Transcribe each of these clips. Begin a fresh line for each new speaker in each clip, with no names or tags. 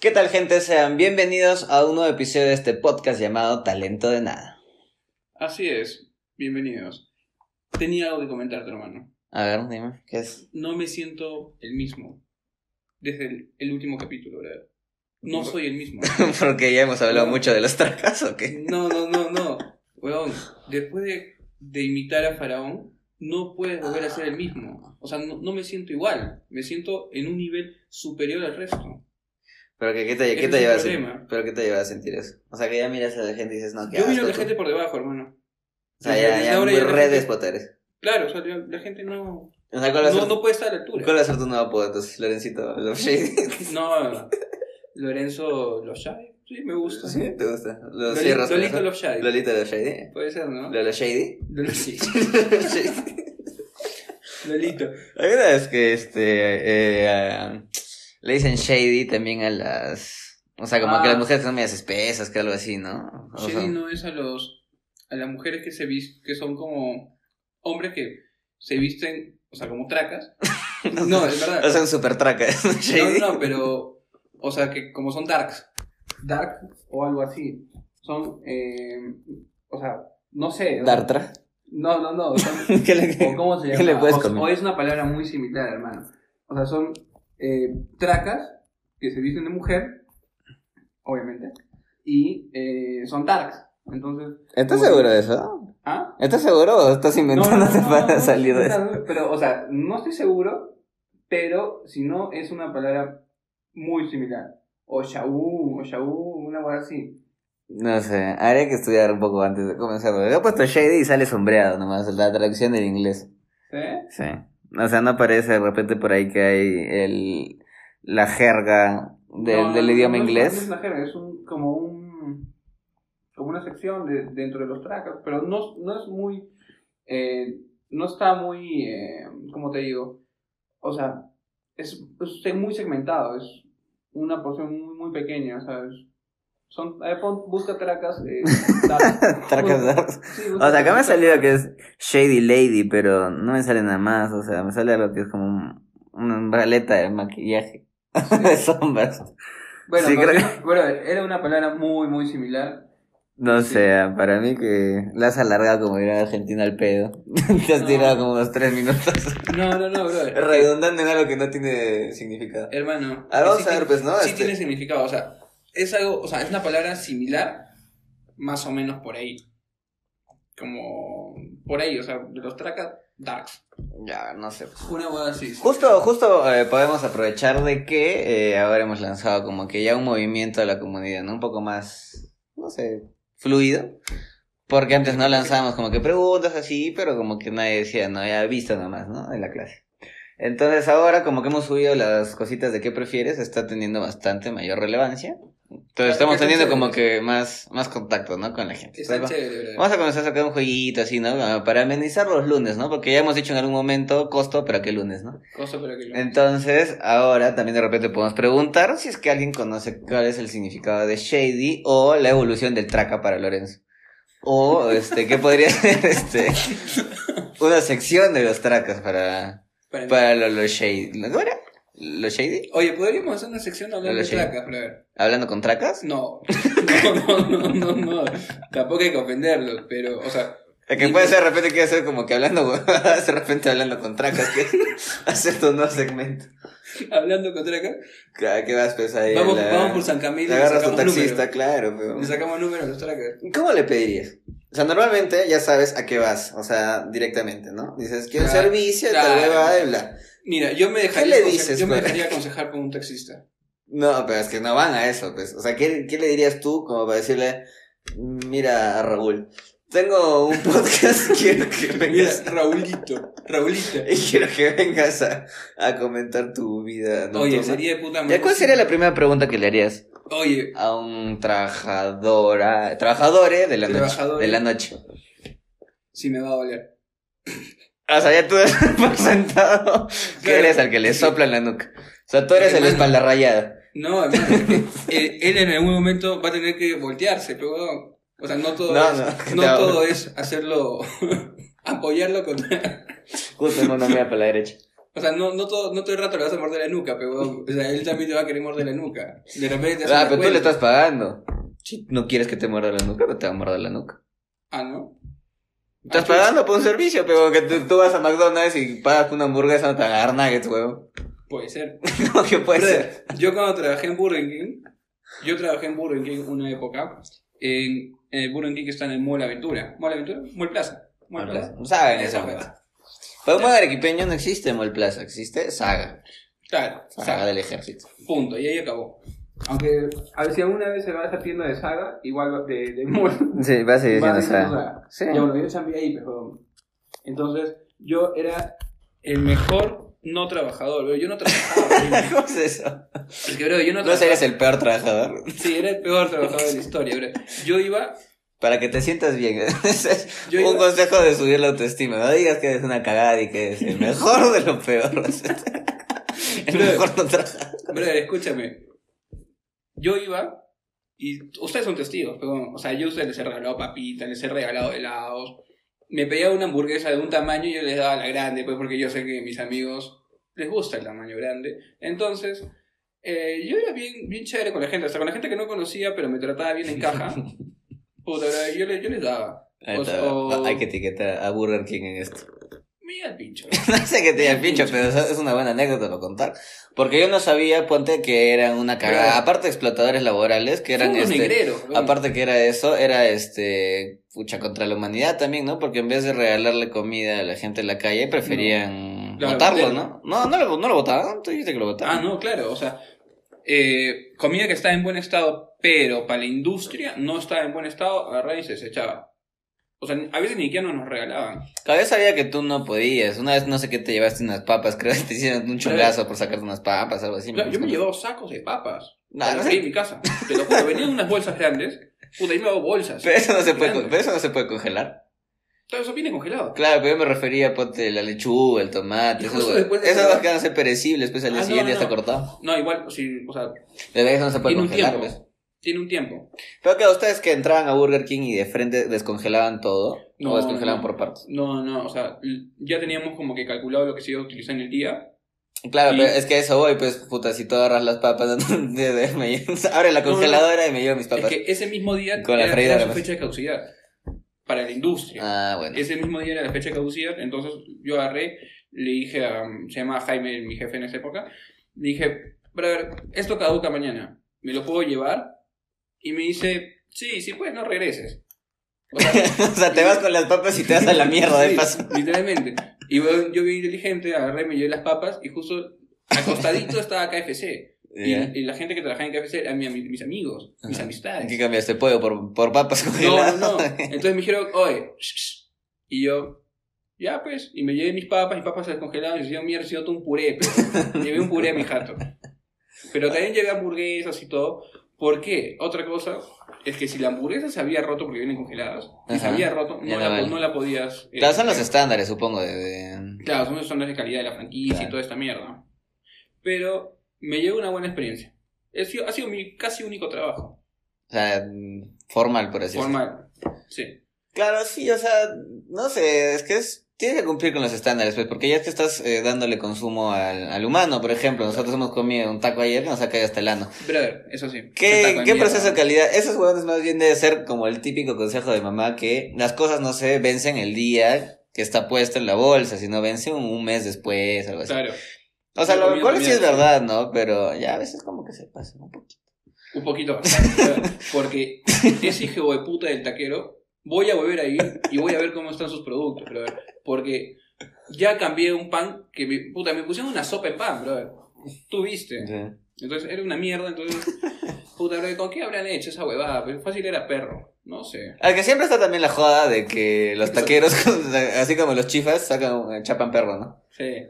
¿Qué tal gente? Sean bienvenidos a un nuevo episodio de este podcast llamado Talento de Nada.
Así es, bienvenidos. Tenía algo que comentarte, hermano.
A ver, dime, ¿qué es?
No me siento el mismo desde el, el último capítulo, ¿verdad? No soy el mismo.
Porque ya hemos hablado mucho de los tracas, ¿o qué?
No, no, no, no. Weón, después de, de imitar a Faraón, no puedes volver a ser el mismo. O sea, no, no me siento igual. Me siento en un nivel superior al resto.
¿Pero que, qué, te, qué
Ese
te
es
lleva
el
a sentir?
problema.
¿Pero qué te lleva a sentir eso? O sea, que ya miras a la gente y dices, no, ¿qué
Yo miro a
asco
la
tú.
gente por debajo, hermano.
O sea,
desde-
ya,
desde
ya
ahora
muy
ya la
re
gente-
déspota eres.
Claro, o sea, la, la gente no,
O sea, ¿cuál va a
no,
ser,
no puede estar a la altura.
cuál va a ser tu nuevo apodo, entonces, Lorencito Love Shady?
No, Lorenzo Loshai, sí, me gusta.
¿Sí? ¿Te gusta? ¿Lo
Loli-
cierras con
Lolito
eso?
Loshai.
¿Lolito Love Shady?
Puede ser, ¿no?
¿Lolo Shady?
Lol- sí,
Lolo Shady.
Lolito.
Hay una vez que este eh, ah, le dicen shady también a las. O sea, como
Ah.
que las mujeres son medias espesas, que algo así, ¿no? O sea,
Shady no es a los a las mujeres que se vis- que son como hombres que se visten, o sea, como tracas. No, es verdad.
pues, O sea, un super traca. shady.
No, no, pero o sea, que como son darks, dark o algo así. Son eh, o sea, no sé. o sea,
Dartra.
No, no, no, son
¿Qué le,
¿O cómo se
qué
llama?
le puedes
O-
comer?
o es una palabra muy similar, hermano. O sea, son eh, tracas que se visten de mujer, obviamente, y eh, son darks. Entonces,
¿Estás seguro de eso?
¿ah?
¿Estás seguro o estás inventándote para
no,
salir de
no,
eso?
no, Pero, o sea, no estoy seguro, pero si no, es una palabra muy similar. O shaú, o shaú, una cosa así.
No sé, habría que estudiar un poco antes de comenzar. Yo he puesto shady y sale sombreado nomás, la traducción del inglés.
¿Sí?
Sí. O sea, no aparece de repente por ahí que hay el, la jerga del,
No,
del
no,
idioma
no es- no
inglés.
Es, una jerga, es un, como un como una sección de- dentro de los tracas, pero no, no es muy eh, no está muy eh, ¿cómo te digo? O sea, es, es muy segmentado, es una porción muy, muy pequeña, ¿sabes? Son, a ver, pon- busca tracas. eh, dark.
Tracas
Busca-
dark.
sí,
O
busca
sea, acá me ha
tracas.
salido que es Shady Lady, pero no me sale nada más. O sea, me sale algo que es como un- una paleta de maquillaje, de sombras.
Bueno,
sí,
no,
creo
sí, bueno, era una palabra muy, muy similar.
No
Sí.
sé, para mí que la has alargado como ir a Argentina al pedo. Te has
No.
tirado como unos tres minutos.
No, no, no, brother.
Redundante en algo que no tiene significado.
Hermano.
A ver, vamos
sí
a ver,
tiene-
pues, ¿no?
Sí
Este-
tiene significado, o sea, es algo, o sea, es una palabra similar, más o menos por ahí. Como por ahí, o sea, de los tracas, darks.
Ya, no sé.
Una hueá así.
Justo, justo eh, podemos aprovechar de que eh, ahora hemos lanzado como que ya un movimiento a la comunidad, ¿no? Un poco más, no sé, fluido. Porque antes no lanzábamos como que preguntas así, pero como que nadie decía, no, ya visto nomás, ¿no? En la clase. Entonces ahora como que hemos subido las cositas de qué prefieres, está teniendo bastante mayor relevancia. Entonces estamos teniendo como que más, más contacto, ¿no? Con la gente.
Está
Entonces,
chévere, brother.
Vamos a comenzar a sacar un jueguito así, ¿no? Ah, Para amenizar los lunes, ¿no? Porque ya hemos dicho en algún momento costo, pero qué lunes, ¿no?
Cosa para que lo-
Entonces, ahora también de repente podemos preguntar si es que alguien conoce cuál es el significado de Shady o la evolución del traca para Lorenzo. O, este, ¿qué podría ser, este, una sección de los tracas para,
para-
para los lo Shady? ¿Lo- ¿Cómo era? ¿Lo Shady?
Oye, podríamos hacer una sección hablando
Lo
de
sé.
tracas, brother.
¿Hablando con tracas?
No. No, no, no, no, no. Tampoco hay que ofenderlos, pero, o sea,
Es que puede ser de repente quiere ser como que hablando, huevadas, de repente hablando con tracas, que hacer tu nuevo segmento.
hablando con tracas,
Claro, ¿qué vas pues ahí?
vamos,
la-
vamos por San Camilo.
le
y
agarras tu
sacamos números.
taxista, claro, pero...
Le sacamos números a los tracas.
¿Cómo le pedirías? O sea, normalmente ya sabes a qué vas, o sea, directamente, ¿no? Dices, quiero un
Claro,
servicio, tal
claro.
vez va y bla.
Mira, yo me dejaría,
le
aconse-
dices,
yo me
brother?
dejaría aconsejar con un taxista.
No, pero es que no van a eso, pues. O sea, ¿qué, qué le dirías tú como para decirle, mira, Raúl, tengo un podcast, quiero que
Mira,
vengas,
Raulito, Raulita.
y quiero que vengas a, a comentar tu vida.
Oye,
nocturna".
sería de puta
¿Ya
madre.
cuál sería la primera pregunta que le harías
Oye,
a un trabajadora, trabajadores de la noche,
Trabajadores.
de la noche?
si me va a doler.
O sea, ya tú das por sentado que
Claro.
eres al que le soplan la nuca. O sea, tú eres el
Hermano.
espalda rayada.
No, hermano, es que, eh, él en algún momento va a tener que voltearse, pero bueno, o sea, no todo
No,
es,
no,
no,
no.
todo es hacerlo, apoyarlo con...
Justo en una mira para la derecha.
O sea, no, no, todo, no todo el rato le vas a morder la nuca, pero O sea, él también te va a querer morder la nuca. De repente te hace
Ah,
una
pero tú le
cuenta.
estás pagando. Si no quieres que te muerda la nuca, no te va a morder la nuca.
Ah, ¿no?
Estás
Ah,
pagando por un servicio, pero que tú, tú vas a McDonald's y pagas una hamburguesa, no te agarran nuggets, huevo.
Puede ser.
¿Cómo que puede
Brother,
ser?
Yo cuando trabajé en Burger King, yo trabajé en Burger King una época. En, en el Burger King que está en el Mall Aventura. ¿Mall Aventura? Mall Plaza. Mall Plaza.
No saben eso,
Esa
huevo.
plaza.
Pero un arequipeño no existe Mall Plaza, existe Saga.
Claro,
Saga
Saga.
del ejército.
Punto. Y ahí acabó. Aunque, a ver, si alguna vez se va a esa tienda de Saga, igual va- de, de Mall.
Sí, va a seguir
Vas
siendo
diciendo
Saga.
Saga.
Sí.
Ya, bueno, yo chambeé ahí, pero... Entonces, yo era el mejor no trabajador, bro. Yo no trabajaba. bro.
¿Cómo es eso?
es que, bro, yo no
¿No
trabajaba.
serías el peor trabajador?
Sí, era el peor trabajador de la historia, bro. Yo iba...
Para que te sientas bien. Ese es
Yo
un
iba-
consejo de subir la autoestima. No digas que eres una cagada y que eres el mejor de lo peor. el mejor no trabaja.
Bro, escúchame. Yo iba... Y ustedes son testigos, pero... O sea, yo a ustedes les he regalado papitas, les he regalado helados. Me pedía una hamburguesa de un tamaño y yo les daba la grande, pues porque yo sé que mis amigos les gusta el tamaño grande. Entonces, eh, yo era bien, bien chévere con la gente, hasta con la gente que no conocía, pero me trataba bien en caja. Puta, bro, yo, le- yo les daba.
Ahí
O-
está. Ah,
o-
Hay que etiquetar a Burger King en esto.
Mira el pincho.
No sé qué te diga el pincho, pero eso es una buena anécdota para contar. Porque yo no sabía, ponte, que eran una cagada.
Pero-
Aparte explotadores laborales, que eran
Son unos
este...
negreros, bro.
Aparte que era eso, era este pucha contra la humanidad también, ¿no? Porque en vez de regalarle comida a la gente en la calle, preferían
Claro,
botarlo,
botarlo.
¿no? No, no lo, no lo botaban, tú dijiste que lo botaban.
Ah, no, claro, o sea, eh, comida que está en buen estado, pero para la industria no estaba en buen estado, agarraba y se desechaba. O sea, a veces ni siquiera nos regalaban.
Claro, yo sabía que tú no podías. Una vez no sé qué te llevaste unas papas, creo que te hicieron un chongazo por sacarte unas papas, algo así.
Claro, yo me
acuerdo.
llevaba sacos de papas.
No,
para
no
los
sé.
que hay en mi casa. Te lo juro, venían unas bolsas grandes. Puta, yo me hago bolsas.
Pero eso no se puede,
Grande.
pero eso no se puede congelar.
Todo eso viene congelado.
Claro, pero yo me refería, ponte, la lechuga, el tomate,
Y
eso,
justo
güey.
después de
Esas
cerrar-
cosas que van a ser perecibles, pues al día
Ah, no,
siguiente ya
no,
está
no.
cortado.
No, igual, sí, o sea,
De verdad eso no se puede
tiene un
congelar,
tiempo.
pues.
Tiene un tiempo.
Pero que ustedes que entraban a Burger King y de frente descongelaban todo,
No,
o descongelaban
no.
por partes.
No, no, o sea, l- ya teníamos como que calculado lo que se iba a utilizar en el día.
Claro,
Y-
pero es que a eso voy, pues, puta, si tú agarras las papas, de- de- me llevo- abre la congeladora y me llevo mis
Es
papas.
que ese mismo día
Con la pues.
era,
freída
era su
además.
fecha de caducidad para la industria.
Ah, bueno.
Ese mismo día era la fecha de caducidad, entonces yo agarré, le dije a, se llama Jaime, mi jefe en esa época, le dije, brother, esto caduca mañana, ¿me lo puedo llevar? Y me dice, sí, sí, pues no regreses. O sea,
o sea, te vas con las papas y te vas a la mierda de
Sí,
paso.
Literalmente. Y bueno, yo vi inteligente, agarré, me llevé las papas y justo acostadito estaba KFC. Y,
Ya.
y la gente que trabajaba en KFC eran mi- mi- mis amigos, mis
Ajá.
amistades.
¿Qué cambiaste pollo por, por papas
No,
congeladas?
no, no. Entonces me dijeron, oye, shh, shh". y yo, ya pues, y me llevé mis papas, mis papas se descongelaron y yo, mierda, si no, tú un puré, pero llevé un puré a mi jato. Pero también llevé hamburguesas y todo. ¿Por qué? Otra cosa es que si la hamburguesa se había roto porque vienen congeladas, y se
Ajá.
había roto,
Ya
no,
no
la,
vale.
no la podías. eh,
Claro, son los estándares, supongo, de... de-
Claro, son los estándares de calidad de la franquicia y
Claro.
toda esta mierda. Pero me llevo una buena experiencia. Ha sido, ha sido mi casi único trabajo.
O sea, mm, formal, por así decirlo.
formal. Sí.
Claro, sí, o sea, no sé, es que es, tienes que cumplir con los estándares, pues, porque ya es que estás eh, dándole consumo al, al humano, por ejemplo. Nosotros hemos comido un taco ayer que nos ha caído hasta el ano.
Brother, eso sí. Ese taco
¿Qué,
de
qué
mierda.
proceso de calidad? Esos huevones más bien debe ser como el típico consejo de mamá que las cosas no se vencen el día que está puesto en la bolsa, sino vencen un, un mes después, algo así.
Claro.
O sea,
Yo
lo
comí
cual
una
sí es
mierda.
verdad, ¿no? Pero ya a veces como que se pasa un poquito.
Un poquito bastante, porque ese hijo de puta del taquero, voy a volver a ir y voy a ver cómo están sus productos, brother. Porque ya cambié un pan que me, puta, me pusieron una sopa en pan, brother. Tú viste. Entonces era una mierda, entonces, puta, brother, ¿con qué habrán hecho esa huevada? Pero fácil era perro, no sé.
Al que siempre está también la joda de que los taqueros, así como los chifas, sacan, chapan perro, ¿no?
Sí,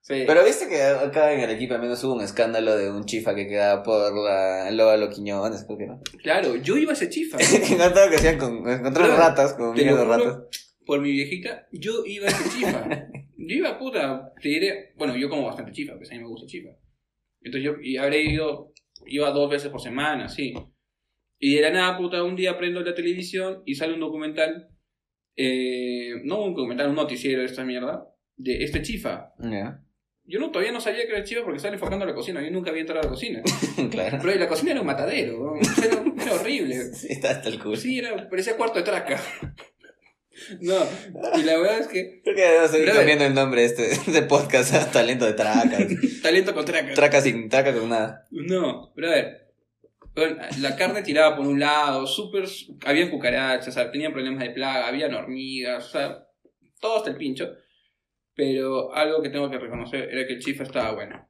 sí.
Pero viste que acá en el equipo al menos hubo un escándalo de un chifa que quedaba por la Lóbalo Quiñones, creo que no.
claro, yo iba a ese chifa.
Encontraron que hacían con, encontraron
Claro,
ratas, con
Te lo
miedo de
juro,
ratas.
Por mi viejita, yo iba a ese chifa. yo iba puta, te diré. Bueno, yo como bastante chifa, pues a mí me gusta chifa. Entonces yo y habré ido, iba dos veces por semana, sí. Y de la nada, puta, un día prendo la televisión y sale un documental. eh, no un documental, un noticiero de esta mierda. De este chifa.
Ya.
Yo no, todavía no sabía que era chivo porque estaban enfocando a la cocina. Yo nunca había entrado a la cocina.
claro.
Pero la cocina era un matadero. weón. Era, era horrible. Pues
Sí, está hasta el culo.
Sí, era, parecía cuarto de traca. No, y la verdad es que
Creo que debemos seguir
Brother.
cambiando el nombre de este de podcast a Talento de Traca.
talento con traca.
traca sin traca con nada.
No, brother. Bueno, La carne tiraba por un lado, súper. Habían cucarachas, o sea, tenían problemas de plaga, habían hormigas, o sea, todo hasta el pincho. Pero algo que tengo que reconocer era que el chifa estaba bueno.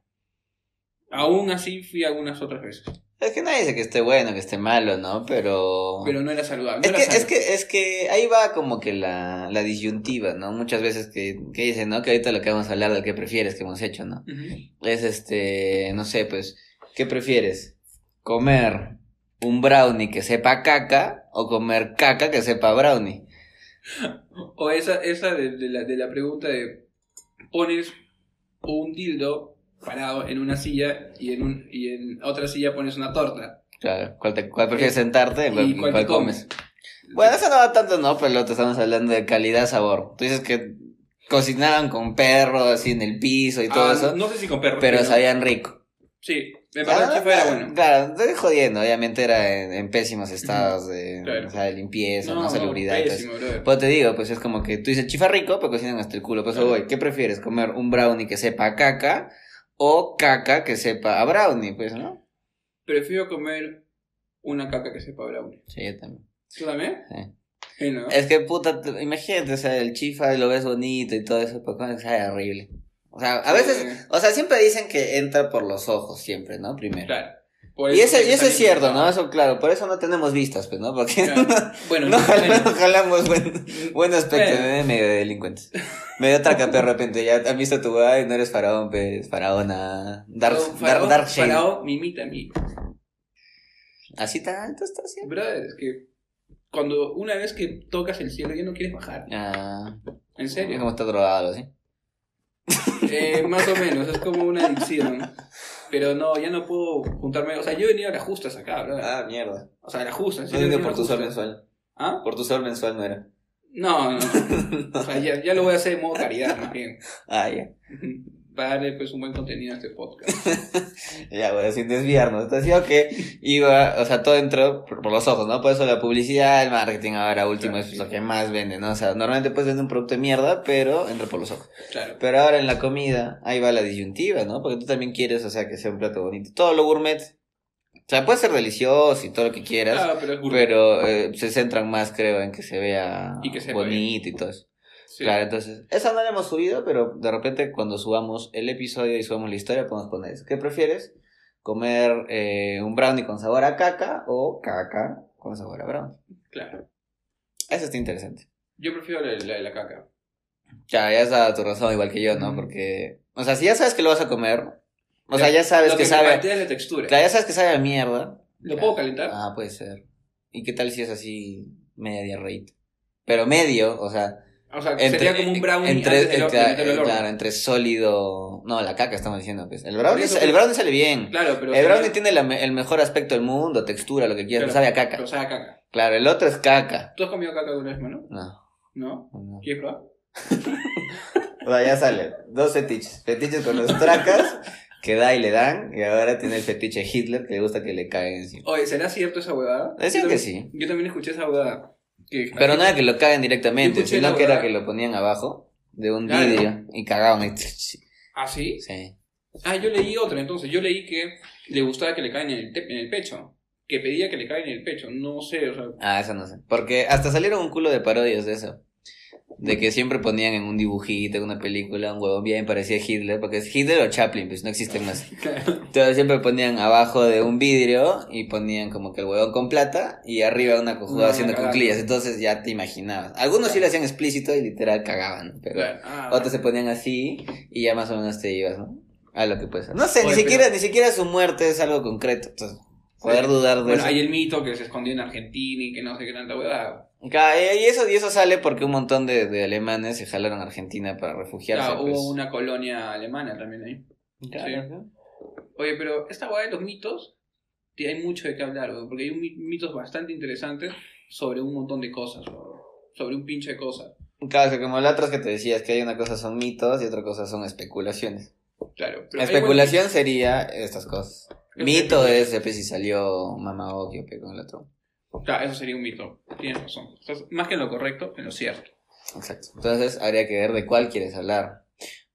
Aún así fui algunas otras veces,
Es que nadie dice que esté bueno, que esté malo, ¿no? Pero...
pero no era saludable.
es,
no
que,
era sano.
es, que, es que ahí va como que la, la disyuntiva, ¿no? Muchas veces que, que dicen, ¿no? Que ahorita lo que vamos a hablar del que prefieres que hemos hecho, ¿no?
Ujú.
Es este, no sé, pues, ¿qué prefieres? ¿Comer un brownie que sepa caca o comer caca que sepa brownie?
O esa, esa de, de la, de la pregunta de pones un dildo parado en una silla y en, un, y en otra silla pones una torta.
Claro, ¿cuál, te- cuál prefieres sentarte y cuál,
Eh, ¿Y cuál
cuál
te
comes? Bueno, eso no va tanto, no, pero te estamos hablando de calidad-sabor. Tú dices que cocinaban con perro, así en el piso y todo
Ah,
eso,
No sé si con perro.
pero
no.
sabían rico. Ah,
Sí, me parece que fuera bueno.
Claro, estoy jodiendo, obviamente era en, en pésimos estados de,
Claro.
o sea, de limpieza, no, salubridad. y todo eso.
pésimo, brother.
Pues te digo, pues es como que tú dices chifa rico, pero cocinan hasta el culo. Pues
Claro.
voy, ¿qué prefieres? ¿Comer un brownie que sepa a caca o caca que sepa a brownie? Pues, ¿no?
Prefiero comer una caca que sepa brownie.
Sí, yo también.
¿Tú también?
Sí.
Sí, ¿no?
Es que puta, te- imagínate, o sea, el chifa lo ves bonito y todo eso, pero como que sabe horrible. O sea, a
Sí.
veces, o sea, siempre dicen que entra por los ojos, siempre, ¿no? Primero.
Claro. Por
Y ese,
eso tiene
y
que
eso es
salir
cierto, ¿no?
bien.
Eso, claro, por eso no tenemos vistas, pues, ¿no? Porque
Claro. Bueno,
no, jal- no
bueno,
jalamos buen, buen aspecto,
Bueno.
eh, medio delincuentes. Medio traca, pero de repente ya has visto tu y no eres faraón, pues, faraona. Dark,
Faraón-
dar, dark shade.
Faraón mimita a mí.
Así tan alto está siempre.
Brother, es que cuando una vez que tocas el cielo ya no quieres bajar.
Ah,
En serio.
Como está drogado, ¿sí?
Eh, más o menos, es como una adicción. Pero no, ya no puedo juntarme. O sea, yo he venido a las justas acá, brother.
Ah, mierda.
O sea, a las justas.
No
yo he
venido
venido a
por
las
tu sol
justas.
mensual.
¿Ah?
Por tu sol mensual no era.
No, no. O sea, ya, ya lo voy a hacer de modo caridad, más bien.
Ah, ya.
Para darle pues un buen contenido a este podcast.
Ya, bueno, sin desviarnos. Te decía que iba, o sea, todo entró por, por los ojos, ¿no? Por eso la publicidad, el marketing ahora último
Claro,
es
sí.
lo que más vende, ¿no? O sea, normalmente puedes vender un producto de mierda, pero entra por los ojos.
Claro.
Pero ahora en la comida, ahí va la disyuntiva, ¿no? Porque tú también quieres, o sea, que sea un plato bonito. Todo lo gourmet. O sea, puede ser delicioso y todo lo que quieras,
Ah, pero es gourmet.
pero eh, se centran más, creo, en que se vea
Y que sepa
bonito y todo eso.
Sí.
Claro, entonces, esa no la hemos subido, pero de repente cuando subamos el episodio y subamos la historia, podemos poner eso. ¿Qué prefieres? ¿Comer eh, un brownie con sabor a caca o caca con sabor a brownie?
claro.
Eso está interesante.
Yo prefiero la, la de la caca.
Ya, ya has dado tu razón igual que yo, ¿no?
Ujú.
Porque, o sea, si ya sabes que lo vas a comer, o sea,
Ya,
ya sabes
lo
que
me
sabe,
plantea es la textura.
claro, ya sabes que sabe a mierda.
¿Lo puedo calentar?
Ah, puede ser. ¿Y qué tal si es así media diarreita? Pero medio, o sea,
o sea, sería como un brownie
entre,
antes de, lo- de
claro,
meterlo al horno.
claro,
Claro,
entre sólido, no, la caca estamos diciendo, pues. El brownie,
eso
sa- el
que-
brownie sale bien.
pero...
El
sería-
brownie tiene la me- el mejor aspecto del mundo, textura, lo que quieras,
Claro,
pero sabe a caca.
Pero sabe a caca.
Claro, el otro es caca.
¿Tú has comido caca alguna vez, mano?
No,
¿No?
no.
¿Quieres probar?
O sea, ya sale. Dos fetiches. Fetiches con los tracas, que da y le dan. Y ahora tiene el fetiche Hitler, que le gusta que le caigan encima.
Oye, ¿será cierto esa huevada?
Decían
Yo
que
también-
sí.
Yo también escuché esa huevada. Que-
Pero nada que lo caguen
Yo
directamente,
escuché
sino
la
que era
verdad.
que lo ponían abajo de un
Claro.
vidrio y cagaban. y- Sí.
¿Ah, sí? Ah, yo leí otra entonces. Yo leí que le gustaba que le caigan en el, te- en el pecho. Que pedía que le caigan en el pecho. No sé, o sea.
Ah, eso no sé. Porque hasta salieron un culo de parodias de eso. De que siempre ponían en un dibujito, en una película, un huevón bien parecía Hitler, porque es Hitler o Chaplin, pues no existen más. Entonces siempre ponían abajo de un vidrio y ponían como que el huevón con plata y arriba una cojuda
No,
haciendo
cagando.
cuclillas. Entonces ya te imaginabas. Algunos sí lo hacían explícito y literal cagaban, pero
Ah,
otros se ponían así y ya más o menos te ibas, ¿no? A lo que puede ser. No sé,
Oye,
ni
pero-
siquiera, ni siquiera su muerte es algo concreto. Entonces, poder dudar de
Bueno,
eso.
hay el mito que se escondió en Argentina y que no sé qué tanta huevada.
Ca- Y eso, y eso sale porque un montón de, de alemanes se jalaron a Argentina para refugiarse.
Claro,
pues.
Ah, hubo una colonia alemana también ahí.
Claro.
Oye, pero esta huevada de los mitos, sí, hay mucho de qué hablar, huevón, porque hay un mi- mitos bastante interesantes sobre un montón de cosas, huevón, sobre un pinche de cosas.
Claro, o sea, como la otra que te decías, que hay una cosa son mitos y otra cosa son especulaciones.
Claro.
La
pero hay
especulación sería estas cosas.
Es
Mito
que-
es de pues, si salió Mamá Okio pe, con el otro.
buen- Claro, eso sería un mito. Tienes razón. Estás más que en lo correcto, en lo cierto.
Exacto. Entonces habría que ver de cuál quieres hablar.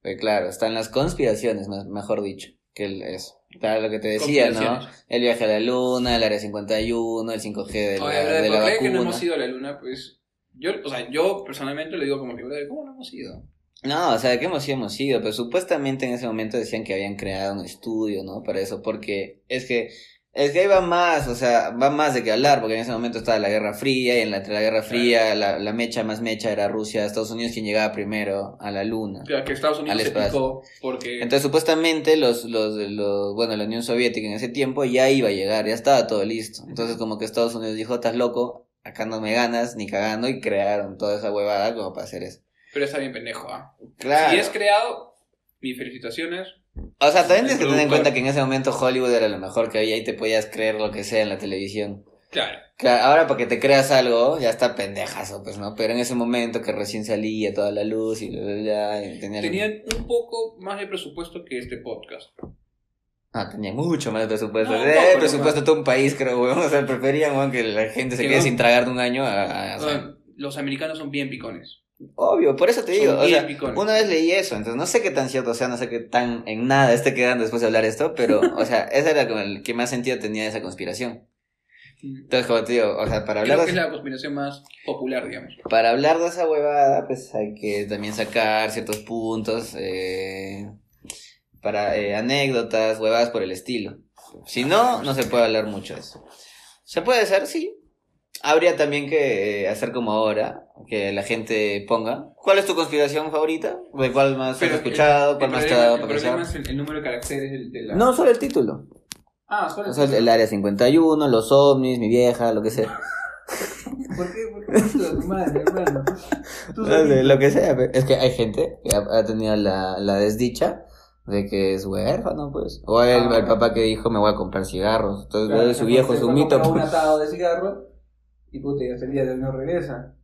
Porque claro, están las conspiraciones, más- mejor dicho, que el- eso. Claro, lo que te decía, ¿no?
Conspiraciones.
El viaje a la luna, el área 51, el 5G de la,
Oye, pero
de la
¿por qué que
vacuna.
no hemos ido a la luna? Pues yo, o sea, yo personalmente le digo como que, brother, ¿cómo no hemos ido?
No, o sea, ¿de qué hemos ido? Hemos ido, pero supuestamente en ese momento decían que habían creado un estudio, ¿no? Para eso, porque es que, es que ahí va más, o sea, va más de qué hablar, porque en ese momento estaba la Guerra Fría, y en la, entre la Guerra Fría, la, la mecha más mecha era Rusia, Estados Unidos, quien llegaba primero a la Luna.
O sea, que Estados Unidos
Al
se
espacio.
picó porque...
Entonces, supuestamente, los, los, los, bueno, la Unión Soviética en ese tiempo ya iba a llegar, ya estaba todo listo. Entonces, como que Estados Unidos dijo, estás loco, acá no me ganas, ni cagando, y crearon toda esa huevada como para hacer eso.
pero está bien pendejo, ¿ah?
Claro.
Si es creado, mis felicitaciones.
O sea, también tienes que tener en
productor.
cuenta que en ese momento Hollywood era lo mejor que había y te podías creer lo que sea en la televisión.
Claro.
Claro, ahora para que te creas algo, ya está pendejazo, pues, ¿no? Pero en ese momento que recién salía toda la luz y bla, bla, bla, y tenía...
Tenían un poco más de presupuesto que este podcast.
Ah, tenía mucho más presupuesto.
No, un
Eh,
poco,
el
¿no?
presupuesto de todo un país, creo, weón. O sea, preferían, weón, que la gente se
Que
quede
no.
sin tragar de un año a... a- o sea,
Ah, Los americanos son bien picones.
Obvio, por eso te
Son
digo. O
bien
sea,
picones.
una vez leí eso, entonces no sé qué tan cierto sea, no sé qué tan en nada esté quedando después de hablar esto, pero, o sea, esa era como el que más sentido tenía esa conspiración. Entonces, como te digo, o sea, para hablar,
Creo
de,
que es la conspiración más popular, digamos.
para hablar de esa huevada, pues hay que también sacar ciertos puntos, eh, para eh, anécdotas, huevadas por el estilo. Si no, no se puede hablar mucho de eso. ¿Se puede hacer? Sí. Habría también que eh, hacer como ahora, que la gente ponga, ¿cuál es tu conspiración favorita? ¿De cuál más
Pero
has escuchado?
el-
¿Cuál
el
más te ha
problema-
dado
El
para
problema
pensar?
es el, el número de caracteres del- de, la...
No, solo el título.
Ah, solo
O sea, el área 51, los ovnis, mi vieja, lo que sea.
¿Por qué? ¿Por qué esto de tu madre, hermano? Tú
No sé,
sabes-
lo que sea. pe- Es que hay gente que ha, ha tenido la, la desdicha de que es huérfano, pues. O el,
Ah.
el papá que dijo, me voy a comprar cigarros. Entonces,
Claro,
de
se
su
fue-
viejo
se
es un
fue a
mito.
comprar
pues.
un atado de cigarro y puta, ya hasta el día de hoy no regresa.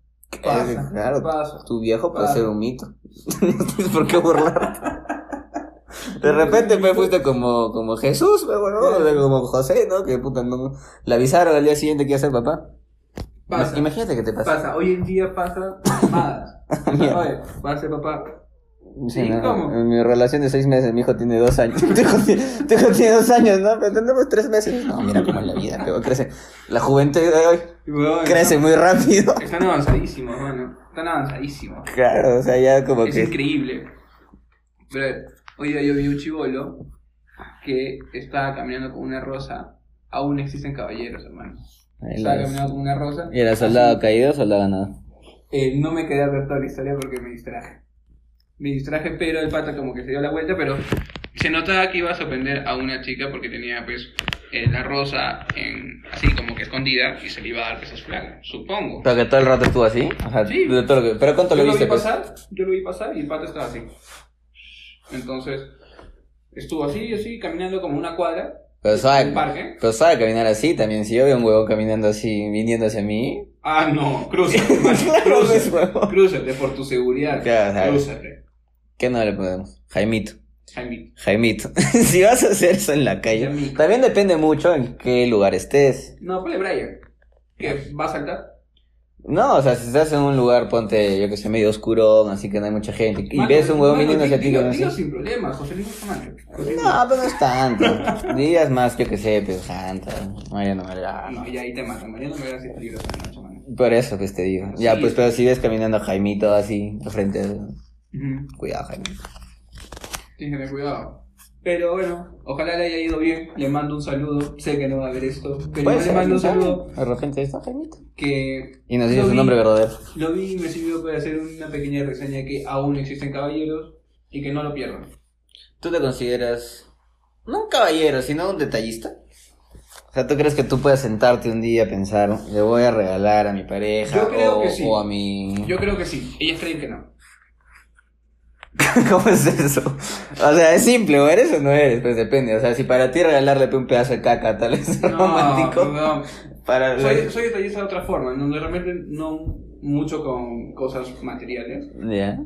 Pasa,
Eh, claro.
pasa.
Tu viejo puede
Ah.
ser un mito. no tienes por qué burlarte. De repente pues, fuiste como, como Jesús, pues, bueno, o sea, como José, ¿no? Que puta, no. Le avisaron al día siguiente que iba a ser papá.
Pasa.
Imagínate que te pasa.
Pasa, hoy en día pasa mamadas.
Mierda.
Oye, va a ser papá.
Sí,
Sí,
no,
¿cómo?
En mi relación de seis meses, mi hijo tiene dos años. tu, hijo tiene, tu hijo tiene dos años, ¿no? Pero tenemos tres meses. No, mira cómo es la vida, pero crece. La juventud de hoy
Weón,
crece muy rápido.
Están avanzadísimos, hermano. Están avanzadísimos.
Claro, o sea, ya como
es
que.
increíble. Pero hoy día yo vi un chivolo que estaba caminando con una rosa. Aún existen caballeros, hermano.
Ahí
Estaba
lo ves.
caminando con una rosa.
¿Y era soldado caído o soldado ganado?
Eh, no me quedé a ver toda la historia porque me distraje. Me distraje, pero el pata como que se dio la vuelta, pero se notaba que iba a sorprender a una chica porque tenía pues eh, la rosa en- así como que escondida y se le iba a dar pues a su flaca, supongo.
Pero que todo el rato estuvo así. O sea,
Sí.
de todo lo que- Pero ¿cuánto
yo
lo viste?
vi
pues?
pasar, yo lo vi pasar y el pata estaba así. Entonces, estuvo así y así, caminando como una cuadra.
Pero
un
sabe,
parque.
pero sabe caminar así también. Si yo veo un huevo caminando así, viniendo hacia mí.
Ah, no, crúzate, hermano,
Claro,
crúzate,
pues, huevón.
crúzate por tu seguridad.
Claro, claro.
Crúzate.
¿Qué no le podemos? Jaimito.
Jaimito.
Jaimito. si vas a hacer eso en la calle.
Jaimito.
También depende mucho en qué lugar estés.
No, pues Brian, que va a saltar.
No, o sea, si estás en un lugar, ponte, yo que sé, medio oscurón, así que no hay mucha gente. Y
Mano,
ves un huevón
mano,
viniendo hacia ti
dilo-
con así.
dilo sin problemas, José Luis Bustamante. José Luis-
No, pero no es tanto. Días más, yo que sé, pero santa. Mariano Melgar.
No, y ahí te matan. Mañana me voy a hacer peligro esta noche, mano.
Por eso pues te digo. Ya,
Sí.
pues, pero si ves caminando a Jaimito así, al frente. de- Cuidado, Jaimito.
Tienes que tener cuidado. Pero bueno, ojalá le haya ido bien. Le mando un saludo. Sé que no va a ver esto. Pero
Puede
igual le
ser,
mando un
¿quién sabe?
saludo
De repente ahí está Jaimito.
que
Y nos dice
Lo
su
vi.
nombre verdadero.
lo vi y me sirvió para hacer una pequeña reseña que aún existen caballeros y que no lo pierdan.
¿Tú te consideras no un caballero, sino un detallista? O sea, ¿tú crees que tú puedes sentarte un día a pensar, le voy a regalar a mi pareja
Yo creo
o,
que sí.
o a mi...
Yo creo que sí. Ellas creen que no.
¿Cómo es eso? O sea, es simple, o eres o no eres, pues depende. O sea, si para ti regalarle pe, un pedazo de caca tal vez es
No,
romántico,
no.
para...
Soy, soy detallista de otra forma, donde realmente no mucho con cosas materiales,
¿Ya?